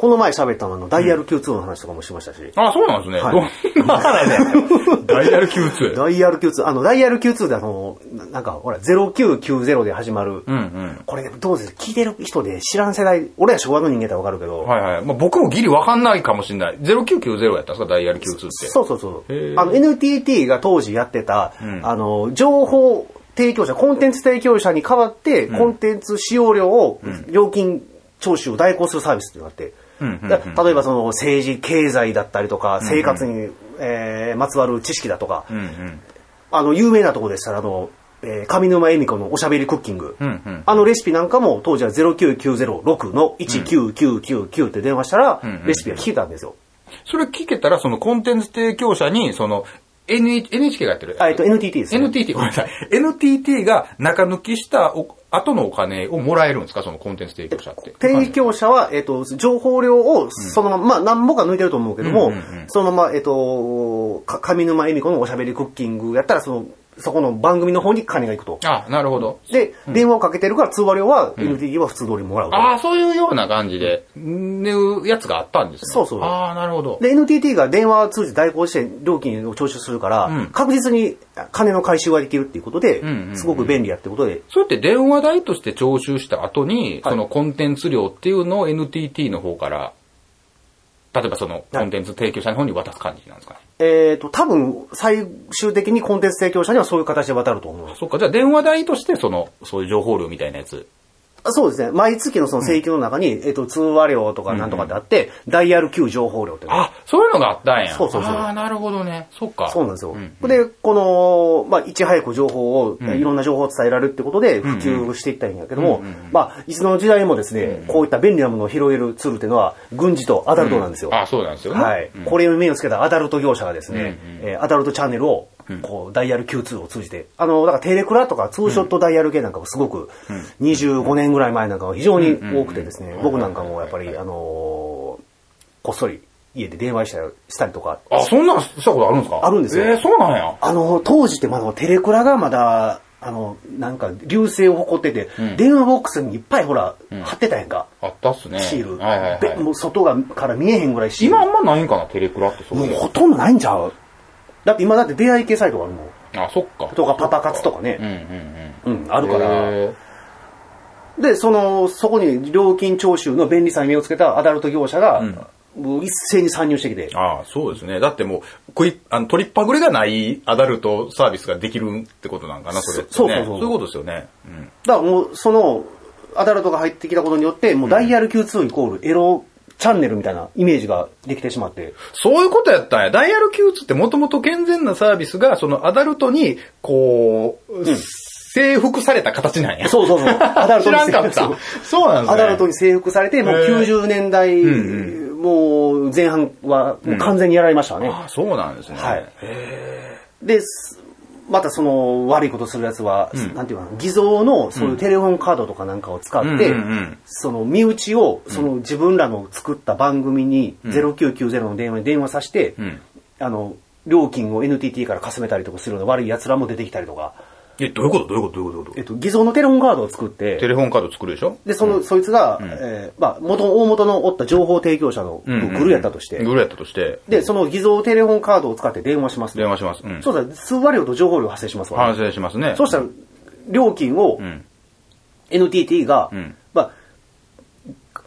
S1: この前喋ったのはあの、ダイヤル Q2 の話とかもしましたし。
S2: あ、そうなんですね。
S1: は
S2: どんな話ね。ダイヤル Q2。
S1: ダイヤル Q2、あの、ダイヤル Q2 であの、ななんか、ほら、0990で始まる。
S2: うんうん。
S1: これ、どうです聞いてる人で知らん世代、俺ら昭和の人間だったらわかるけど、
S2: はいはい。まあ、僕もギリわかんないかもしれない。0990やったんですか、ダイヤル Q2 って。
S1: そうそうそ
S2: へ
S1: う。
S2: ー
S1: あの、NTT が当時やってた、
S2: ん
S1: あの、情報提供者、コンテンツ提供者に代わって、コンテンツ使用料を、料金徴収を代行するサービスっていうのがあって、
S2: うんうんうん
S1: だから例えばその政治、経済だったりとか、生活に、えーまつわる知識だとか、
S2: うんうん。
S1: あの、有名なところでしたら、あの、えー上沼恵美子のおしゃべりクッキング。
S2: うんうん
S1: あのレシピなんかも当時は09906の19999って電話したら、
S2: んうん
S1: レシピが聞けたんですよ。
S2: それ聞けたら、そのコンテンツ提供者に、その、NH NHK がやってる。
S1: あえっと、NTT ですね。
S2: NTT、ごめんなさい。NTT が中抜きしたお後のお金をもらえるんですかそのコンテンツ提供者って。
S1: 提供者は、えっと、情報量をそのまま、まあ、何ぼか抜いてると思うけども、
S2: うんうんうん
S1: そのまま、えっと、か上沼恵美子のおしゃべりクッキングやったら、その、そこの番組の方に金が行くと。
S2: あ、なるほど。
S1: で、電話をかけてるから通話料は NTT は普通通りもらうと。
S2: ああ、そういうような感じで、ね、やつがあったんですね。
S1: そうそう
S2: ああ、なるほど。
S1: で、NTT が電話を通じて代行して料金を徴収するから、
S2: うん
S1: 確実に金の回収ができるっていうことで、
S2: んうんうん
S1: すごく便利やってことで、
S2: そうやって電話代として徴収した後に、そのコンテンツ料っていうのを NTT の方から、例えばそのコンテンツ提供者の方に渡す感じなんですかね。
S1: えっ、と、多分、最終的にコンテンツ提供者にはそういう形で渡ると思います。
S2: そっか、じゃあ電話代として、その、そういう情報量みたいなやつ。
S1: あそうですね。毎月のその請求の中に、えっと、通話料とかなんとかってあって、ダイヤル級情報料ってのが
S2: あ、そういうのがあったんや。
S1: そうそうそう
S2: ああ、なるほどね。そっか。
S1: そうなんですよ。
S2: ん
S1: で、この、まあ、いち早く情報を、
S2: ん
S1: いろんな情報を伝えられるってことで普及していったんやけども、まあ、いつの時代もですね、こういった便利なものを拾えるツールっていうのは、軍事とアダルトなんですよ。
S2: あ、そうなんですよね。
S1: はい、これを目をつけたアダルト業者がですね、えーアダルトチャンネルを、こう、ダイヤル Q2 を通じて、あの、だからテレクラとかツーショットダイヤル系なんかもすごく、25年ぐらい前なんかは非常に多くてですね、僕なんかもやっぱり、あのーこっそり家で電話したりしたりとか、
S2: あ、そんなんしたことあるんですか
S1: あるんですよ
S2: えー、そうなんや。
S1: あの、当時ってまだテレクラがまだ、あの、なんか、流星を誇ってて、
S2: ん
S1: 電話ボックスにいっぱいほら、貼ってたやんか、
S2: あったっすね。
S1: シール。
S2: はいはい
S1: で
S2: は
S1: もう外がから見えへんぐらい
S2: い。
S1: シール
S2: 今あんまないんかな、テレクラってそ
S1: も
S2: こ
S1: う
S2: で。
S1: ほとんどないんちゃうだって今だって出会い系サイトがあるもん。
S2: あ、そっか。
S1: とかパパ活とか
S2: うん
S1: ね。
S2: うんうん。
S1: うん、あるから。
S2: え
S1: で、その、そこに料金徴収の便利さに目をつけたアダルト業者が、もう一斉に参入してきて。
S2: ーああ、そうですね。だってもう、クイあの、取りっぱぐれがないアダルトサービスができるってことなんかな、それってね。
S1: そうそうそうそう
S2: そういうことですよね。うん。
S1: だからもう、その、アダルトが入ってきたことによって、もうダイヤル Q2 イコールエロチャンネルみたいなイメージができてしまって。
S2: そういうことやったんや。ダイヤル Q2 ってもともと健全なサービスが、そのアダルトに、こう、征服された形なんや。
S1: そうそうそう。アダルト に
S2: 知らんか
S1: そ
S2: った
S1: う。
S2: そうなんですね。
S1: アダルトに征服されて、もう
S2: へー
S1: 90年代、
S2: ん
S1: もう前半はもう完全にやられましたね。
S2: あそうなんですね。
S1: はい。で、すまたその悪いことするやつは、
S2: ん
S1: なんていうかな、偽造のそういうテレホンカードとかなんかを使
S2: うん
S1: って、
S2: うんうん
S1: その身内を、その自分らの作った番組に、
S2: ん
S1: 0990の電話に電話させて、
S2: うん
S1: あの、料金を NTT からかすめたりとかするような悪い奴らも出てきたりとか、
S2: え、どういうことどういうことどういうことどういう
S1: え
S2: こ
S1: っと、偽造のテレホンカードを作っ
S2: とテ
S1: て、
S2: レフォンカード作るでしょ
S1: で、その、そいつが、えーまあ、元、大元のおった情報提供者のグ
S2: うんうんうん
S1: ルーやったとして、
S2: グルやったとして。
S1: で、その偽造テレホンカードを使って電話しますと。
S2: 電話します。うん。
S1: そうしたら、数割量と情報量発生しますわね
S2: 反省しますね。
S1: そうしたら、料金を
S2: ん
S1: NTT が、
S2: ん
S1: まあ、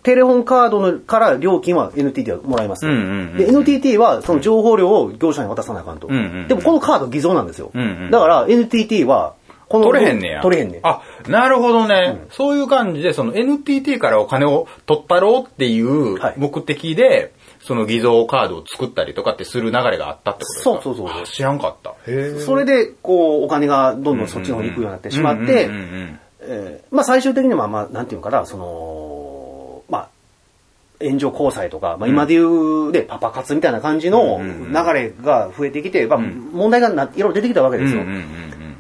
S1: テレホンカードのから料金は NTT はもらいます、
S2: うんうんうんうん
S1: で、NTT はその情報量を業者に渡さなあかんと。
S2: んうんうん
S1: でもこのカード偽造なんですよ。
S2: うんうん
S1: だから NTT は、この
S2: 取れへんねや。
S1: 取れへんねん
S2: あ、なるほどね。そういう感じで、その NTT からお金を取ったろうっていう
S1: はい
S2: 目的で、その偽造カードを作ったりとかってする流れがあったってことですか
S1: そうそうそう
S2: あ知らんかった。へ
S1: それで、こう、お金がどんどんそっちの方に行くようになってしまって、えーまあ最終的には、まあ、なんていうのかな、その、まあ、炎上交際とか、まあ、今で言うで、パパ活みたいな感じの流れが増えてきて、まあ、問題がないろいろ出てきたわけですよ。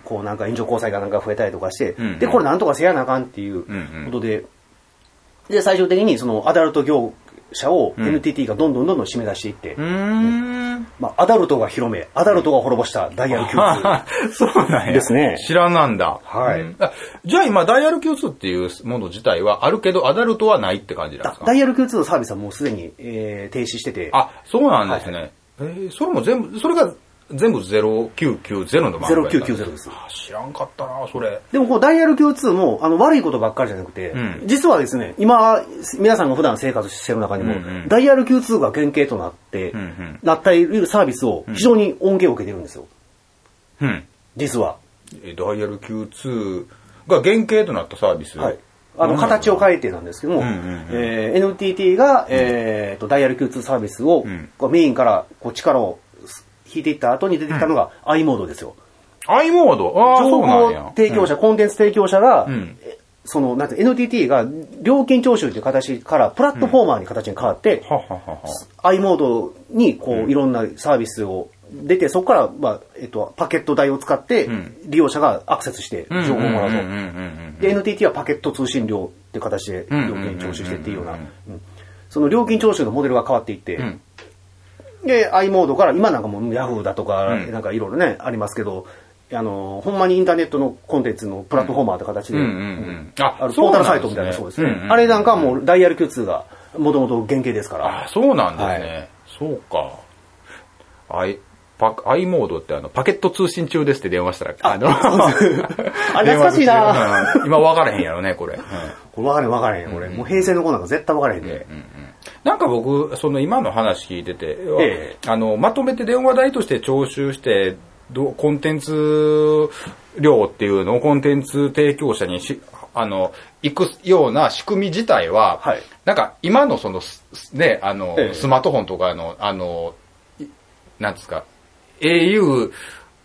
S1: こうなんか炎上交際がなんか増えたりとかして、
S2: うんうん
S1: で、これなんとかせやなあかんっていうことで、で、最終的にそのアダルト業者を NTT がどんどんどんどん締め出していって、
S2: うーん。
S1: まあ、アダルトが広め、アダルトが滅ぼしたダイヤル Q2。
S2: あそうなんや。
S1: ですね
S2: 知らなんだ。
S1: はい
S2: うんあじゃあ今、ダイヤル Q2 っていうもの自体はあるけど、アダルトはないって感じなんですか
S1: ダイヤル Q2 のサービスはもうすでに、えー停止してて、
S2: あ、そうなんですね。えーそれも全部、それが全部0990の番組。
S1: 0990です
S2: あ知らんかったな、それ。
S1: でもこうダイヤル Q2 もあの悪いことばっかりじゃなくて、
S2: ん
S1: 実はですね、今、皆さんが普段生活してる中にも、
S2: うんうん
S1: ダイヤル Q2 が原型となって、
S2: うんうん
S1: なったいるサービスを非常に恩恵を受けてるんですよ。
S2: うん。
S1: 実は。
S2: えダイヤル Q2 が原型となったサービス。
S1: はい。あの、形を変えてなんですけども、
S2: うんうんうん
S1: えー NTT が、えーと、ダイヤル Q2 サービスを、
S2: ん
S1: こうメインからこう力を引いていった後に出てきたのが i モードですよ。
S2: i モード。ああ、そ
S1: 情
S2: うな
S1: 報
S2: んや。
S1: 提供者、コンテンツ提供者が、
S2: ん
S1: えその、なんて、NTT が料金徴収という形からプラットフォーマーに形に変わって、
S2: はははは。
S1: i モードに、こう、いろんなサービスを出て、そこから、まあ、えっと、パケット代を使って、利用者がアクセスして、情報をもらうと。
S2: うんうんうんうん
S1: で、NTT はパケット通信料っていう形で料金徴収してっていうような、うんその料金徴収のモデルが変わっていって、
S2: ん
S1: で、i モードから、今なんかもう Yahoo だとか、
S2: うん
S1: なんかいろいろね、ありますけど、あの、ほんまにインターネットのコンテンツのプラットフォーマーって形で、
S2: うんうんうんあ
S1: ある
S2: そ
S1: ポ
S2: う
S1: ー
S2: な
S1: タ
S2: ん
S1: ルサイト
S2: ですね
S1: みたいなそうですね。
S2: うんうんうん
S1: あれなんかはもうダイヤル Q2 が、もともと原型ですから
S2: あ、そうなんですね。
S1: は
S2: そうか。i、パ、i モードってあの、パケット通信中ですって電話したら、あの、
S1: あれ懐かしいな
S2: 電話口でうん今分からへんやろね、これ。うん
S1: これ分からへん分からへん、これ。もう平成の子なんか絶対分からへんで。
S2: なんか僕、その今の話聞いてて、
S1: え
S2: あの、まとめて電話代として徴収して、どうコンテンツ量っていうのをコンテンツ提供者にし、あの、行くような仕組み自体は、
S1: はい
S2: なんか今のその、すね、あの、
S1: ええ
S2: スマートフォンとかの、あの、いなんですか、au、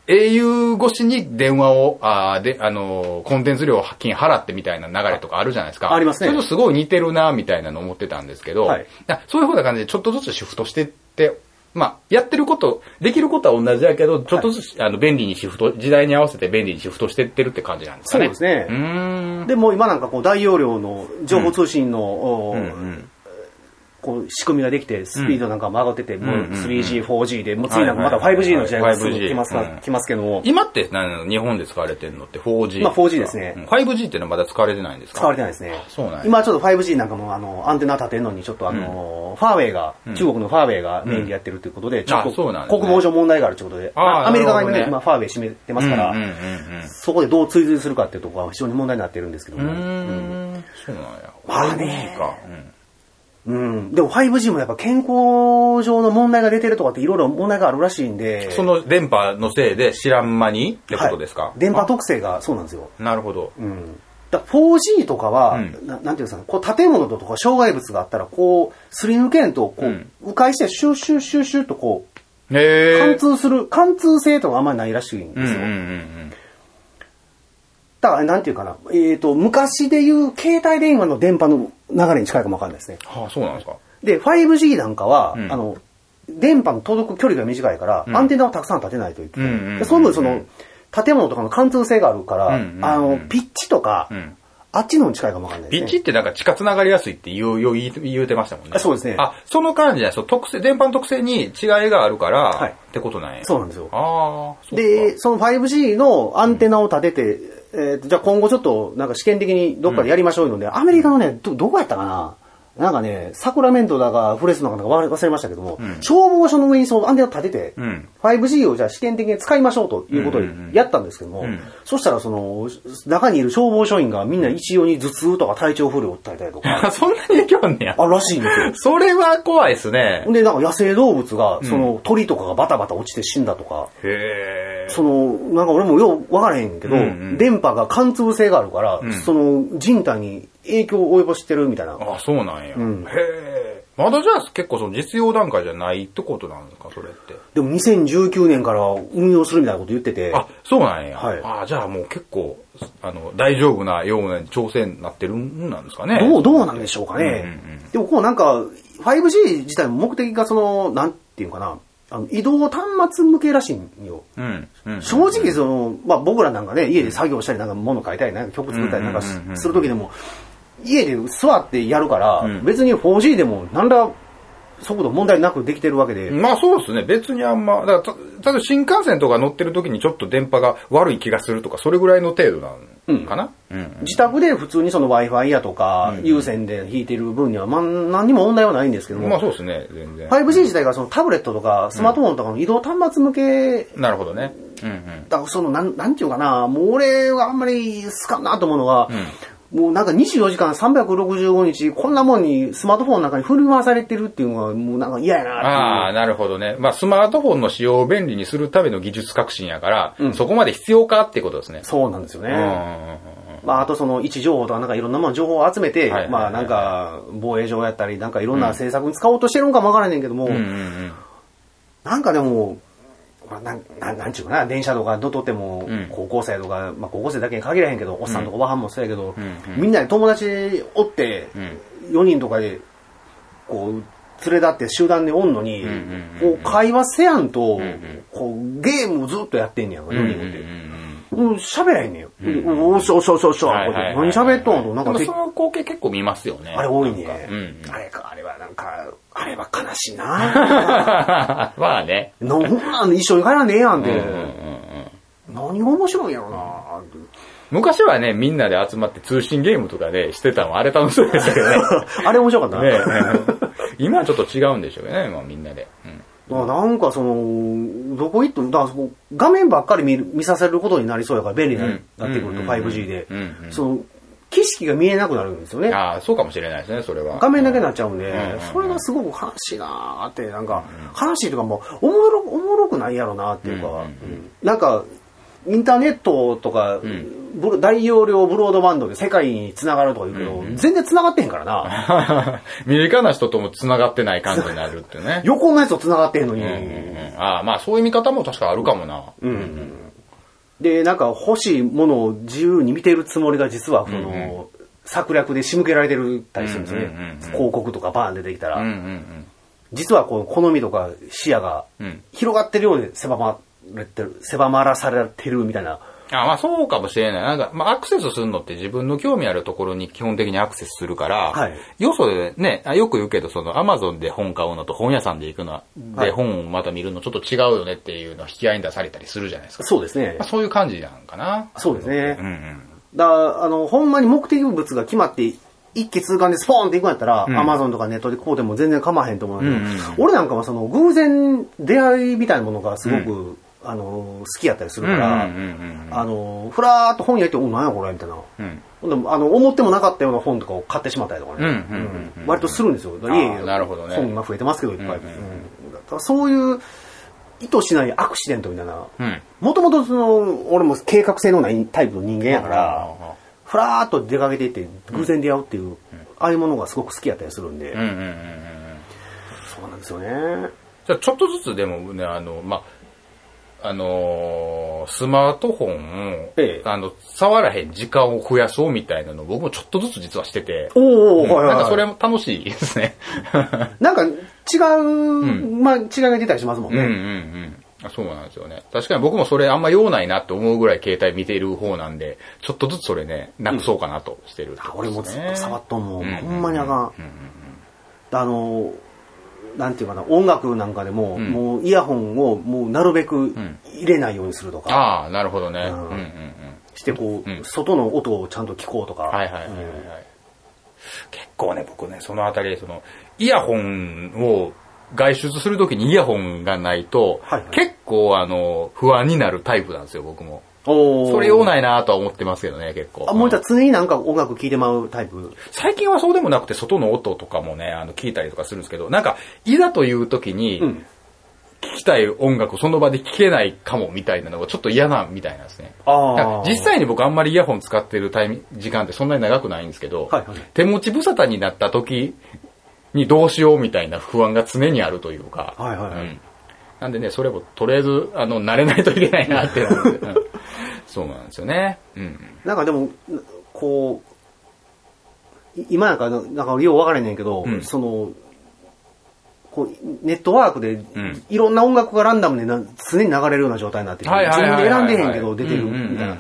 S2: au 越しに電話を、あーで、あの、コンテンツ料金払ってみたいな流れとかあるじゃないですか。
S1: ありますね
S2: それとすごい似てるな、みたいなの思ってたんですけど、
S1: はい
S2: なそういうふうな感じでちょっとずつシフトしてって、まあ、やってること、できることは同じだけど、ちょっとずつ、あの、便利にシフト、時代に合わせて便利にシフトしてってるって感じなんです
S1: そ
S2: か
S1: う
S2: ね。
S1: ですね
S2: う。ーん。
S1: でもう今なんかこう大容量の情報通信の、お
S2: うんうん
S1: こう仕組みができて、スピードなんかも上がってて、もううん
S2: うんうん
S1: 3G、4G で、もう次なんかまた
S2: はいはいはい
S1: 5G の時代がすぐ
S2: 5G
S1: 来ますか、
S2: うん
S1: 来ますけども、
S2: 今って何なの日本で使われてるのって 4G。
S1: まあ 4G ですね
S2: うん 5G っていうのはまだ使われてないんですか
S1: 使われてないですね。
S2: そうなんや
S1: 今ちょっと 5G なんかもあのアンテナ立てるのに、ちょっとあの、ファーウェイが、中国のファーウェイがメインでやってるということで、ちょっと
S2: あそうなんですね
S1: 国防上問題があるということで、
S2: あー
S1: あアメリカが今
S2: な
S1: ね、
S2: るほど
S1: 今
S2: ね
S1: ファーウェイ閉めてますから、
S2: うんうんうんうん
S1: そこでどう追随するかっていうところは非常に問題になってるんですけど
S2: う
S1: も、
S2: ーんそうなんや。
S1: まあね
S2: 5G か。うん
S1: うん、でも 5G もやっぱ健康上の問題が出てるとかっていろいろ問題があるらしいんで、
S2: その電波のせいで知らん間にってことです
S1: は
S2: か
S1: い電波特性がそうなんですよ。
S2: なるほど。
S1: うん。だ 4G とかは、
S2: うん
S1: ななんていうんですかね、こう建物とか障害物があったら、こう、すり抜けんと、こう、
S2: うん
S1: 迂回して、シュッシュッシュッシュッとこう、
S2: へ
S1: 貫
S2: え。
S1: 通する、貫通性とかあんまりないらしいん
S2: うん
S1: で
S2: うん
S1: す
S2: う
S1: よ。
S2: ん
S1: だから、なんていうかな、えっ、と、昔でいう携帯電話の電波の流れに近いかもわかんないですね。
S2: うん。はあ、そうなんですか。
S1: で、5G なんかは、
S2: うん
S1: あの、電波の届く距離が短いから、
S2: うん
S1: アンテナをたくさん立てないといけない。
S2: うんうんうん
S1: でその分、その、建物とかの貫通性があるから、
S2: うんうんうん
S1: あの、ピッチとか、
S2: うん。
S1: あっちの方に近いかもわかんないで
S2: ピ
S1: す
S2: ッ
S1: ね。
S2: チってなんか地下繋がりやすいって言う、よう言う言うてましたもんね。
S1: あそうですね
S2: あ、その感じや、そう、特性、電波の特性に違いがあるから、
S1: はい
S2: ってことなんや。
S1: そうなんですよ。
S2: ああ、そうか
S1: で、、その 5G のアンテナを立てて、えーとじゃあ今後ちょっと、なんか試験的にどっかでやりましょういうので、アメリカのね、ど、どこやったかななんかね、サクラメントだか、フレスのかなんかわ忘れましたけども、
S2: ん
S1: 消防署の上にそのアンテナ立てて、
S2: うん。
S1: 5G をじゃあ試験的に使いましょうということをやったんですけども、
S2: うんうんうんうん
S1: そしたらその、中にいる消防署員がみんな一様に頭痛とか体調不良を訴えたりとか、
S2: そんなに影響あんねや。
S1: あ、らしいんですよ。
S2: それは怖いですね。
S1: で、なんか野生動物が、その鳥とかがバタバタ落ちて死んだとか、
S2: へえ。
S1: その、なんか俺もようわからへんけど、
S2: うんうん
S1: 電波が貫通性があるから、
S2: ん
S1: その人体に影響を及ぼしてるみたいな。
S2: あ、そうなんや。
S1: ん
S2: へえ。まだじゃあ結構その実用段階じゃないってことなんですか、それって。
S1: でも2019年から運用するみたいなこと言ってて、
S2: あ、そうなんや。
S1: はい
S2: あ、じゃあもう結構、あの、大丈夫なような挑戦になってるんなんですかね。
S1: どう、どうなんでしょうかね。
S2: うんうんう
S1: でもこうなんか、5G 自体の目的がその、なんていうかな、あの移動端末向けらしいんよ。
S2: うん。うん。
S1: 正直その、まあ僕らなんかね、家で作業したりなんか物書いたりなんか曲作ったりなんか
S2: うんうんうんうん
S1: するときでも、家で座ってやるから、
S2: うん
S1: 別に 4G でも何ら速度問題なくできてるわけで、
S2: まあそうですね。別にあんま、だから、た例えば新幹線とか乗ってる時にちょっと電波が悪い気がするとか、それぐらいの程度なんかな、うん、
S1: 自宅で普通にその Wi-Fi やとか、有線で引いてる分には、まあ何にも問題はないんですけど
S2: まあ
S1: も、
S2: そうですね、全然。
S1: 5G 自体がそのタブレットとかスマートフォンとかの移動端末向け
S2: なるほどね。うんうん。
S1: だからその、なん、なんていうかな、もう俺はあんまり好かんなと思うのは、もうなんか24時間365日、こんなもんにスマートフォンの中に振り回されてるっていうのは、もうなんか嫌や
S2: あ
S1: なっ
S2: あ、なるほどね。まあ、スマートフォンの使用を便利にするための技術革新やから、そこまで必要かってことですね
S1: ていう。。そうなんですよね。
S2: うんうんうんうん
S1: まあ、あとその位置情報とかなんかいろんなもの情報を集めて、
S2: はいはいはい
S1: まあなんか防衛上やったり、なんかいろんな政策に使おうとしてるのかもわからないけども、
S2: うんうん
S1: なんかでも、まあ、なんなんなんちゅうかな、電車とか乗っとっても、
S2: ん
S1: 高校生とか、まあ高校生だけに限らへんけど、おっさんとかわはんもそうやけど、
S2: うん
S1: みんなで友達おって、4人とかで、こう、連れ立って集団でおんのに、
S2: んうん
S1: こう会話せやんと、
S2: ん
S1: こうゲームをずっとやってんねやんか、
S2: うんうんうん
S1: 4人おっ
S2: うん
S1: て。
S2: うん
S1: もう喋らへんねんよ。おっしょおっしょおっしょおっしょ、
S2: はいはいはい
S1: こうやって何喋っとんのなんか
S2: で
S1: て
S2: もその光景結構見ますよね。
S1: あれ多いね。
S2: うんうん
S1: あれか、あれはなんか、あれは悲しいな
S2: まあね。
S1: のほんなん一緒に帰らねえやんって。
S2: うんうんうん
S1: 何が面白いんやろなって
S2: 昔はね、みんなで集まって通信ゲームとかでしてたのあれ楽しそうでしたけ どね。
S1: あれ面白かったな。
S2: ね今はちょっと違うんでしょうけどね、まあみんなで。うん
S1: まあなんかその、どこ行っても、だからその画面ばっかり見る見させることになりそうやから便利にな
S2: うん
S1: なってくると
S2: うん
S1: 5G で
S2: うんうん、
S1: その、景色が見えなくなるんですよね。
S2: ああ、そうかもしれないですね、それは。
S1: 画面だけになっちゃうんで
S2: うん、
S1: それがすごく悲しいなーって、なんか、悲しいとかもう、おもろ、おもろくないやろなっていうか、
S2: うんうんうん
S1: うんなんか、インターネットとか、ブロ大容量ブロードバンドで世界に繋がるとか言うけど、全然繋がってへんから な。
S2: 身近な人とも繋がってない感じになるってね。
S1: 横のやつと繋がってんのに、
S2: うんうんうんああ、まあそういう見方も確かあるかもな。
S1: うんで、なんか欲しいものを自由に見てるつもりが実は、その、
S2: うん
S1: 策略で仕向けられてるたりするんですよね。
S2: うんうんうんうん
S1: 広告とかバーン出てきたら、
S2: うんうん
S1: 実はこう、好みとか視野が
S2: うん。うん。
S1: 広がってるように狭まれてる、狭まらされてるみたいな。
S2: ああまあそうかもしれない。なんか、まあアクセスするのって自分の興味あるところに基本的にアクセスするから、
S1: はい
S2: よそでね、あよく言うけど、そのアマゾンで本買うのと本屋さんで行くのは、
S1: はい
S2: で本をまた見るのちょっと違うよねっていうのを引き合いに出されたりするじゃないですか。
S1: そうですね
S2: まあ、。そういう感じなんかな。
S1: そうです
S2: う
S1: ね
S2: ん。うん。
S1: だあの、ほんまに目的物が決まって、一気通貫でスポーンっていくんやったら、
S2: ん
S1: アマゾンとかネットでこうでも全然構わへんと思うんだけど、
S2: うんうん
S1: 俺なんかはその、偶然出会いみたいなものがすごく、あの、好きやったりする
S2: うんう
S1: か
S2: ん
S1: ら、
S2: うん
S1: あの、ふらーっと本屋行って、お、なんやこれみたいな。
S2: うんうん。
S1: ほんであの、思ってもなかったような本とかを買ってしまったりとかね。
S2: うんうんうんうん
S1: 割とするんですよ。だから
S2: あー
S1: 家に
S2: なるほどね
S1: 本が増えてますけど、いっぱい。
S2: うんうん
S1: うんだからそういう、意図しないアクシデントみたいな。
S2: うん。
S1: もともとその、俺も計画性のないタイプの人間やから、ふらーっと出かけていって、偶然出会うっていう、ああいうものがすごく好きやったりするんで、
S2: うんうんうんうん。
S1: そうなんですよね。
S2: じゃあちょっとずつでもね、あの、まあ、あのースマートフォンを、
S1: ええ
S2: あの、触らへん時間を増やそうみたいなのを僕もちょっとずつ実はしてて、
S1: おお、
S2: うん
S1: はいはい
S2: なん
S1: はい
S2: かそれも楽しいですね。
S1: なんか違う、まあ違いが出たりしますもん
S2: うんうん
S1: ね。
S2: うん。あそうなんですよね。確かに僕もそれあんま用ないなって思うぐらい携帯見ている方なんで、ちょっとずつそれね、なくそうかなとしてると
S1: あ
S2: こ
S1: 俺
S2: ろ
S1: も
S2: で
S1: ず
S2: す
S1: っ
S2: ね、
S1: と触っとんもん、
S2: うんうんうん
S1: ほんまにあか
S2: うんう
S1: ん。
S2: ん
S1: あの、なんていうかな、音楽なんかでも、
S2: ん
S1: もうイヤホンをもうなるべく
S2: ん
S1: 入れないようにするとか、
S2: ああ、なるほどね。うん
S1: ん
S2: うんうん。
S1: してこう、
S2: うん
S1: 外の音をちゃんと聞こうとか。
S2: はいはいはいはい、
S1: うん
S2: はい結構ね、僕ね、そのあたり、その、イヤホンを外出するときにイヤホンがないと、
S1: はいはい
S2: 結構あの、不安になるタイプなんですよ、僕も。
S1: おー
S2: それ用ないなとは思ってますけどね、結構。
S1: あ、もうじゃあ常になんか音楽聴いてまうタイプ。
S2: 最近はそうでもなくて、外の音とかもね、あの、聞いたりとかするんですけど、なんか、いざという時に、
S1: うん
S2: 聞きたい音楽をその場で聞けないかもみたいなのがちょっと嫌なみたいなんですね。だから
S1: あ
S2: 実際に僕あんまりイヤホン使ってるタイミング、時間ってそんなに長くないんですけど、
S1: はいはい
S2: 手持ち無沙汰になった時にどうしようみたいな不安が常にあるというか、
S1: はいはいはい
S2: うんなんでね、それもとりあえず、あの、慣れないといけないなってなって、 うんそうなんですよね。うん。
S1: なんかでも、こう、い今なんか、なんかよう分からへんねんけど、
S2: うん
S1: その、こうネットワークで
S2: ん
S1: いろんな音楽がランダムでな常に流れるような状態になってる、
S2: はいはいはいはい
S1: 自分で選んでへんけど出てるみたい
S2: うんうんうんう。
S1: なん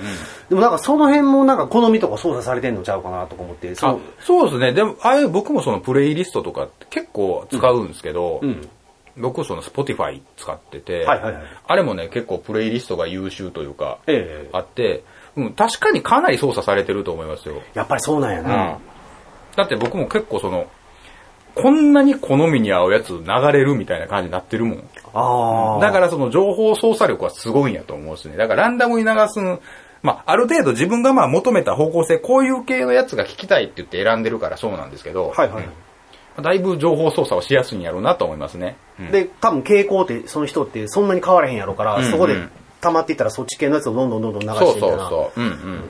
S1: でもなんかその辺もなんか好みとか操作されてんのちゃうかなとか思って、そ
S2: あ
S1: う
S2: そうですね。でも、ああいう僕もそのプレイリストとかって結構使うんですけど、
S1: うん。
S2: 僕その Spotify 使ってて、
S1: はいはいはい
S2: あれもね、結構プレイリストが優秀というか、
S1: ええ
S2: あって、うん、確かにかなり操作されてると思いますよ。
S1: やっぱりそうなんやな。
S2: だって僕も結構その、こんなに好みに合うやつ流れるみたいな感じになってるもん。
S1: ああ。
S2: だからその情報操作力はすごいんやと思うしね。だからランダムに流すん、まあ、ある程度自分がまあ求めた方向性、こういう系のやつが聞きたいって言って選んでるからそうなんですけど、
S1: はいはい。
S2: だいぶ情報操作をしやすいんやろうなと思いますね。うん
S1: で、多分傾向って、その人ってそんなに変わらへんやろから、
S2: うんうん
S1: そこで溜まっていったらそっち系のやつをどんどんどんどん流してい
S2: そ
S1: っ
S2: う
S1: て
S2: そ
S1: な
S2: うそう。うんうんうん。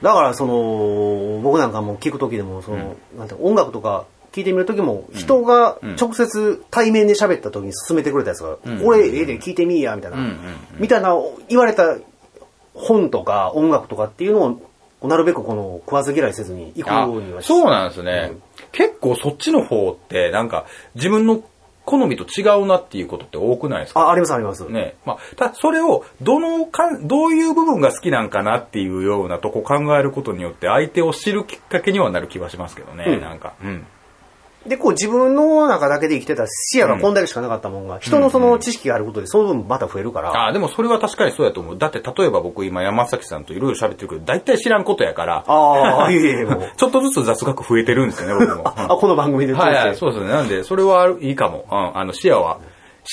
S1: だからその、僕なんかも聞くときでも、その、なんていうの音楽とか聞いてみるときも、人が直接対面で喋ったときに勧めてくれたやつが、
S2: ん
S1: これええで聞いてみいや、みたいな、
S2: うんうん
S1: みたいな言われた本とか音楽とかっていうのを、こうなるべくこの食わず嫌いせずに行く
S2: あ
S1: ようにはし
S2: そうなんですね、結構そっちの方って、なんか、自分の好みと違うなっていうことって多くないですか
S1: あ、ありますあります。
S2: ね。まあ、た、それを、どのかん、どういう部分が好きなんかなっていうようなとこ考えることによって、相手を知るきっかけにはなる気はしますけどね、
S1: うん
S2: なんか。うん。
S1: で、こう自分の中だけで生きてた視野がこんだけしかなかったもんが、人のその知識があることで、その分また増えるから、
S2: ああ、でもそれは確かにそうやと思う。だって、例えば僕今山崎さんといろいろ喋ってるけど、大体知らんことやから、。
S1: ああ、いえいえ、もう
S2: ちょっとずつ雑学増えてるんですよね、僕も。うん
S1: あ、この番組で通し
S2: はい、はい、
S1: て。
S2: そうですね。なんで、それはいいかも。うん、あの、視野は、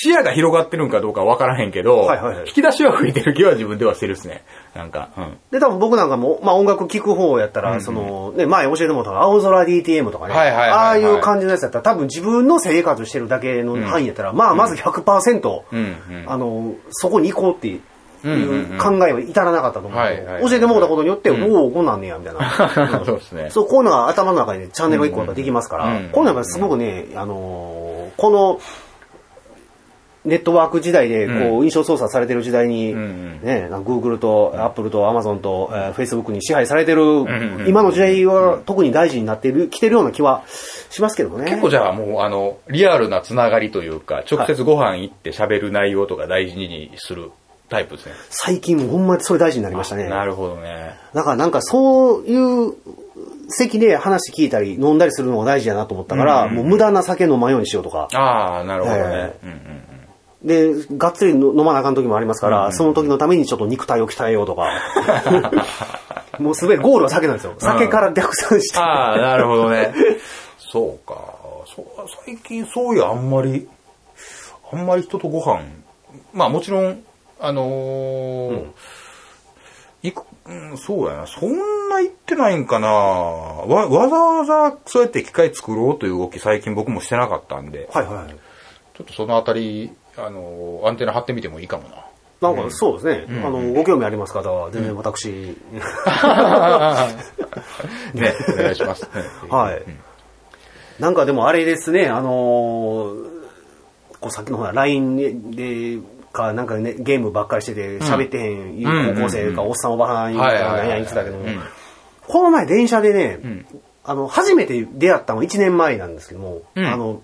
S2: 視野が広がってるんかどうかわからへんけど、
S1: はいはいはい
S2: 引き出しは増えてる気は自分ではしてるっすね。なんか、うん。
S1: で、多分僕なんかも、まあ音楽聴く方やったら、その、ね、前教えてもらったのが青空 DTM とかね、
S2: はいはいはいはい
S1: ああいう感じのやつやったら、多分自分の生活してるだけの範囲やったら、まあまず100%、
S2: うん うん
S1: あの、そこに行こうっていう。考えは至らなかったと思うけど、
S2: はいはいはい
S1: 教えてもらったことによって、おお、こうなんねや、みたいな。
S2: そうですね
S1: そう、こういうのが頭の中にねチャンネルが一個やっぱできますから、
S2: うんうん
S1: こういうのがすごくね、あのーこの、ネットワーク時代で、こう、印象操作されてる時代に、
S2: んうん
S1: ね、なんか Google と Apple と Amazon と、えー Facebook に支配されてる、今の時代は特に大事になってる、来てるような気はしますけどもね。
S2: 結構じゃあもう、あの、リアルなつながりというか、直接ご飯行って喋る内容とか大事にするタイプですね。
S1: 最近ほんまにそれ大事になりましたね。
S2: なるほどね。
S1: だからなんかそういう席で話聞いたり飲んだりするのが大事だなと思ったから、もう無駄な酒飲まんようにしようとか。
S2: ああ、なるほどね
S1: え。
S2: うんうん
S1: で、がっつり飲まなあかん時もありますから、その時のためにちょっと肉体を鍛えようと か。もうすべてゴールは酒なんですよ。酒から逆算して。
S2: ああ、なるほどね。 そうか。そう最近そういうあんまり、あんまり人とご飯、まあもちろん、あのー行く、うん、そうやな。そんな行ってないんかなわ、わざわざそうやって機械作ろうという動き最近僕もしてなかったんで、
S1: はいはい。
S2: ちょっとそのあたり、あのーアンテナ張ってみてもいいかもな。
S1: なんかそうですね、あの、ご興味あります方は、全然私、
S2: ね、お願いします。
S1: はい。なんかでもあれですね、あのーこうさっきのほら、LINE で、か、なんかね、ゲームばっかりしてて、喋ってへん、いう高校生か、おっさんおばはん、
S2: はいはいはい
S1: 何や言ってたけども
S2: うん、
S1: この前電車でね、あの、初めて出会ったのは1年前なんですけども、
S2: うん
S1: あの、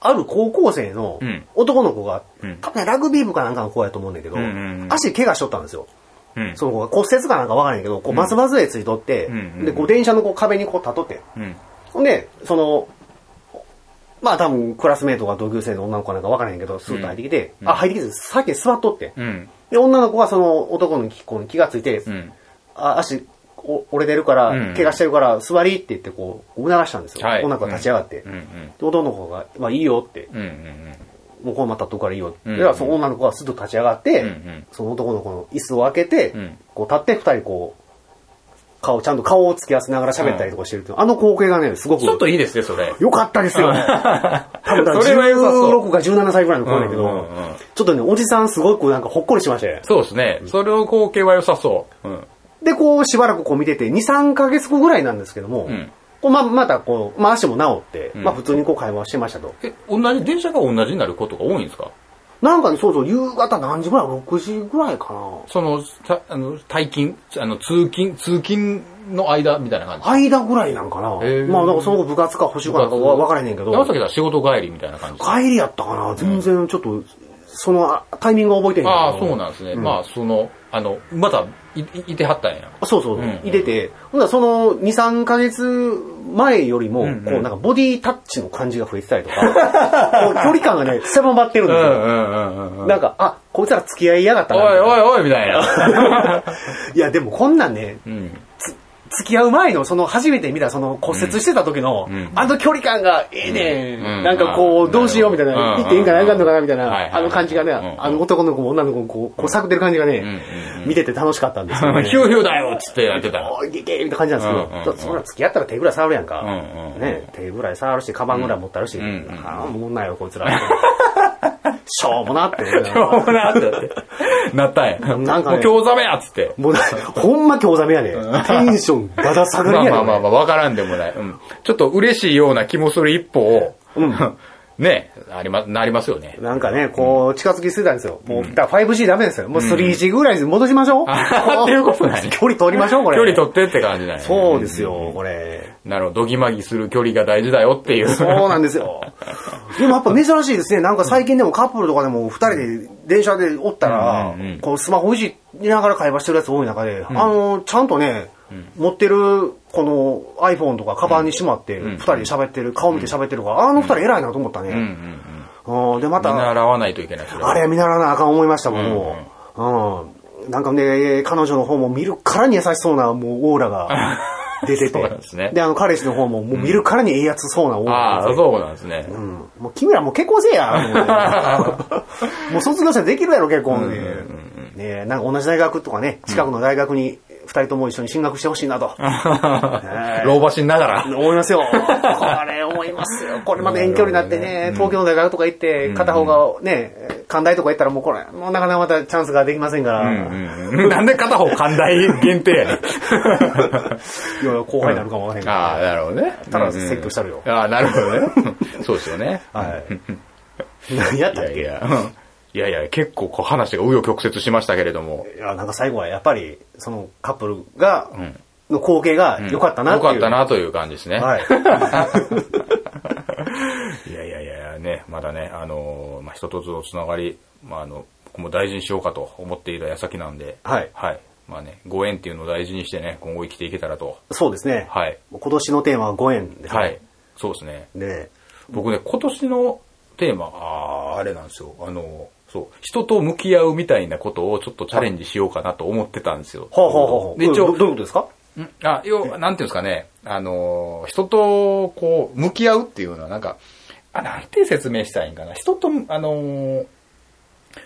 S1: ある高校生の
S2: うん
S1: 男の子が、
S2: うん
S1: 多分ねラグビー部かなんかの子やと思うんだけど、
S2: うんうんうん
S1: 足怪我しとったんですよ。
S2: うん。
S1: その子が骨折かなんかわからんけど、こう、バスバスでついとって、
S2: うんうんうん
S1: で、こう、電車のこう壁にこう立っとって、
S2: うん。
S1: ほんで、その、まあ多分クラスメートが同級生の女の子なんかわからへんけど、スーッと入ってきて、
S2: うん
S1: あ、入ってきて、さっき座っとって。
S2: うん。
S1: で、女の子がその男の子に気がついて、
S2: うん。
S1: あ、足お折れてるから、
S2: うん
S1: 怪我してるから座りって言ってこう、促したんですよ。
S2: はい
S1: 女の子が立ち上がって。
S2: うん。うん。
S1: で男の子が、まあいいよって、
S2: うん。うん。
S1: もうこのまま立っとくからいいよって。
S2: うん
S1: で、その女の子がすっと立ち上がって、
S2: うんうん
S1: その男の子の椅子を開けて、
S2: うん
S1: こう立って二人こう、顔、ちゃんと顔を付き合わせながら喋ったりとかしてると、あの光景がね、すごく。
S2: ちょっといいですね、それ。
S1: よかったですよ。 多分だから
S2: それは良さそう
S1: 16か17歳ぐらいの子なんだけど、
S2: うんうんうん
S1: ちょっとね、おじさんすごくなんかほっこりしましたよ。
S2: そうですね。それの光景は良さそう。うん。
S1: で、こうしばらくこう見てて、2、3ヶ月後ぐらいなんですけども、
S2: うん
S1: こうままたこう、まあ足も治って、
S2: ん
S1: まあ普通にこう会話してましたと。
S2: え、同じ、電車が同じになることが多いんですか
S1: なんかね、そうそう、夕方何時ぐらい ?6 時ぐらいかな。
S2: その、たあの、退勤、あの、通勤、通勤の間みたいな感じ。
S1: 間ぐらいなんかな。
S2: へー
S1: まあなんかその後部活か補習かなんかわ分からへんねんけど、
S2: 山崎さん仕事帰りみたいな感じ。
S1: 帰りやったかな。全然ちょっと、そのあタイミングは覚えてへんけど
S2: ああ、そうなんですね。まあ、その、あの、また、い、いいてはったんや。
S1: あそうそう、
S2: うんうん
S1: 入れて、ほんならその2、3ヶ月前よりも、
S2: んうん
S1: こうなんかボディタッチの感じが増えてたりとか、 こう距離感がね、狭まってるん
S2: う
S1: ですよ。
S2: んうんうんうん。
S1: なんか、あ、こいつら付き合いやがった
S2: おい
S1: な。
S2: おいおいみたいな。
S1: いや、でもこんなんね、
S2: うん。
S1: 付き合う前の、その初めて見た、その骨折してた時の、
S2: うんうん
S1: あの距離感がええねん。
S2: うん
S1: なんかこ
S2: う
S1: う、
S2: ん
S1: どうしようみたいな、
S2: う
S1: 行
S2: ん
S1: っていいんかな、いかんのかな、みたい
S2: はいはい
S1: な、あの感じがね、
S2: うん
S1: あの男の子も女の子もこう、こう探ってる感じがね、
S2: うんうん
S1: 見てて楽しかったんです よ、ね。
S2: ヒューヒューだよっつってやってたら。
S1: おい、いけいけみたいな感じなんですけど、
S2: うんうんうん
S1: ちょっとそんな付き合ったら手ぐらい触るやんか。
S2: うんうん
S1: ね、手ぐらい触るし、カバンぐらい持ってあるし、
S2: うんうんうん
S1: ああ、もんないよ、こいつら。 しょうもなって。
S2: しょうも なってなったんや。
S1: なんか
S2: も
S1: ね
S2: う興ざめやっつって。
S1: もうな、ほんま興ざめやね。テンションだだ下が
S2: ま
S1: りやね。
S2: あまあまあまあ、わからんでもない。うん。ちょっと嬉しいような気もする一方、 ね、ありま、なりますよね。
S1: なんかね、こう、近づきすぎたんですよ。もう、だから 5G ダメですよ。もう 3G ぐらいに戻しまし ょう。
S2: あっていうことなんや
S1: 距離取りましょう、これ。
S2: 距離取ってって感じだよね。
S1: そうですよ、これ。
S2: なるほど、ドギマギする距離が大事だよっていう。
S1: そうなんですよ。でもやっぱ珍しいですね。なんか最近でもカップルとかでも二人で電車でおったら
S2: うんうんうん、
S1: こうスマホいじりながら会話してるやつ多い中で、あの、ちゃんとね、持ってるこの iPhone とかカバンにしまって、二人で喋ってる、顔見て喋ってるから、あの二人偉いなと思った
S2: うんう
S1: ね。
S2: ん
S1: うんで、ま
S2: 見
S1: た、
S2: 習わないといけない。それは
S1: あれ見習わなあかん思いましたもん、もう。うん。なんかね、彼女の方も見るからに優しそうな、もうオーラ が出てて。
S2: そうなんですね
S1: で、あの彼氏の方も、もう見るからにええやつそうなオーラが出
S2: あ
S1: てて
S2: あ、そうなんですね。
S1: うんもう君らもう結婚せえや。 もう卒業したらできるやろ、結婚。ねえなんか同じ大学とかね、近くの大学に二人とも一緒に進学してほしいな と。い
S2: 老婆しながら。
S1: 思いますよ。 これ思いますよ。これまた遠距離になって
S2: なるほどね
S1: ね、東京の大学とか行って、片方がね、関大とか行ったらもうこれ、もうなかなかまたチャンスができませんから、
S2: うんうんなんで片方寛大限定やねん。
S1: いろいろ後輩になるかもわからへんから。
S2: ああ、なるほどね。
S1: ただ説教したるよ
S2: うんうんああ、なるほどね。そうですよね。
S1: はい。何やっ
S2: い
S1: たっ
S2: や
S1: け
S2: いや。うんいやいや、結構こう話が紆余曲折しましたけれども。
S1: いや、なんか最後はやっぱり、そのカップルが、の光景が良かったなっ
S2: よ
S1: ていう。
S2: かったなという感じですね。
S1: はい。
S2: いやいやいや、ね、まだね、あのーまあ、人とのつながり、まあ、あの、僕も大事にしようかと思っていた矢先なんで、
S1: はい
S2: はい。まあね、ご縁っていうのを大事にしてね、今後生きていけたらと。
S1: そうですね。
S2: はい。
S1: 今年のテーマはご縁ですね。
S2: はい。そうですね。
S1: で、
S2: 僕ね、今年のテーマ、あーあれなんですよ。あのーそう、人と向き合うみたいなことをちょっとチャレンジしようかなと思ってたんですよ。
S1: ほうほうほうほう。
S2: で一応
S1: どどういうことですか
S2: んあ、要は、なんていうんですかね、あのー、人と、こう、向き合うっていうのは、なんか、あ、なんて説明したらいいんかな。人と、あのー、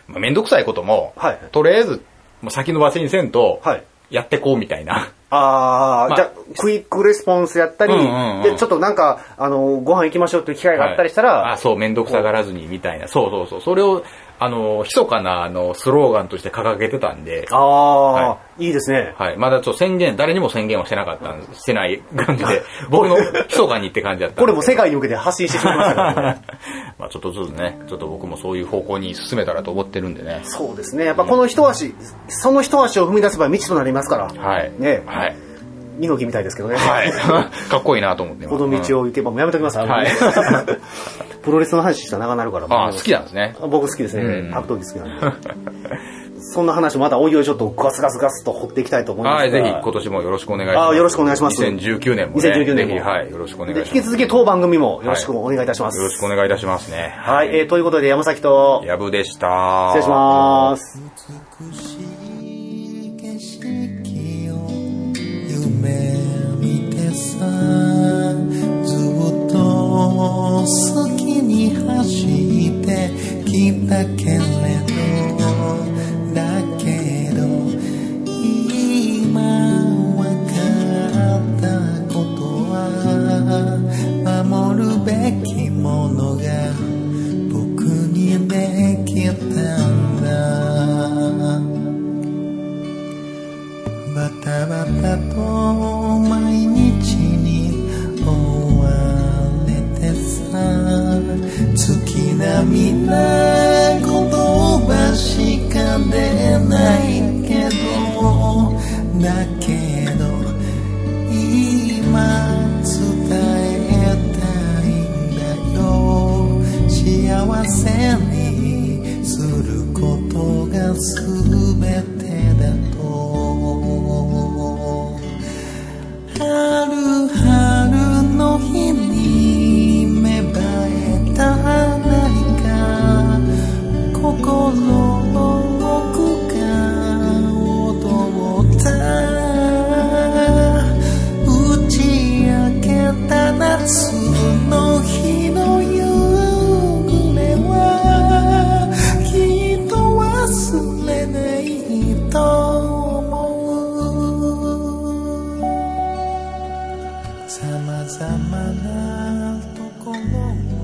S2: まあ、めんどくさいことも、
S1: はい
S2: とりあえず、もう先延ばしにせんと、
S1: はい
S2: やってこうみたいな。
S1: ああ、
S2: まあ
S1: じゃあクイックレスポンスやったり、
S2: うんうんうん
S1: で、ちょっとなんか、あの、ご飯行きましょうっていう機会があったりしたら、
S2: はいあ、そう、めんどくさがらずにみたいな。そうそうそう。それを、あの、密かな、あの、スローガンとして掲げてたんで、
S1: ああ、、
S2: はい
S1: いですね。
S2: はい。まだちょっと宣言、誰にも宣言はしてなかったんしてない感じで、僕の、密かにって感じだったんで。
S1: これも世界に向けて発信してしまいましたからね。
S2: まあちょっとずつね、ちょっと僕もそういう方向に進めたらと思ってるんでね。
S1: そうですね。やっぱこの一足、その一足を踏み出せば未知となりますから。
S2: はい。
S1: ね
S2: はい。
S1: 猪木みたいですけどね。
S2: はい。 かっこいいなと思って。
S1: この道を行けば、もうやめときます。あの
S2: はい。
S1: プロレスの話したら長なるから。
S2: ああ、好きなんですね。
S1: 僕好きですね
S2: う。ん
S1: 格闘技好きなんで。そんな話をまたおいおいちょっとガスガスガスと掘っていきたいと思いますが。
S2: はい、ぜひ今年もよろしくお願いします。
S1: あよろしくお願いします
S2: 2019年もね。
S1: 2019年も
S2: ぜひ、はい、よろしくお願いし
S1: で
S2: ます。
S1: 引き続き当番組もよろしくお願いいたします。
S2: よろしくお願いいたしますね。
S1: はい、えー、ということで山崎と、
S2: やぶでした。
S1: 失礼します。
S3: 美しい景色を夢見てさずっと好きに走ってきたけれどだけど今わかったことは守るべきものが僕にできたんだバタバタと毎日に追われてさ月並みな言葉しか出ないけどだけど今伝えたいんだよ幸せにすることが全てだと春春の日に芽生えた何か心の奥が踊った打ち明けた夏の日の夕暮れはきっと忘れないと思うさまざまなところ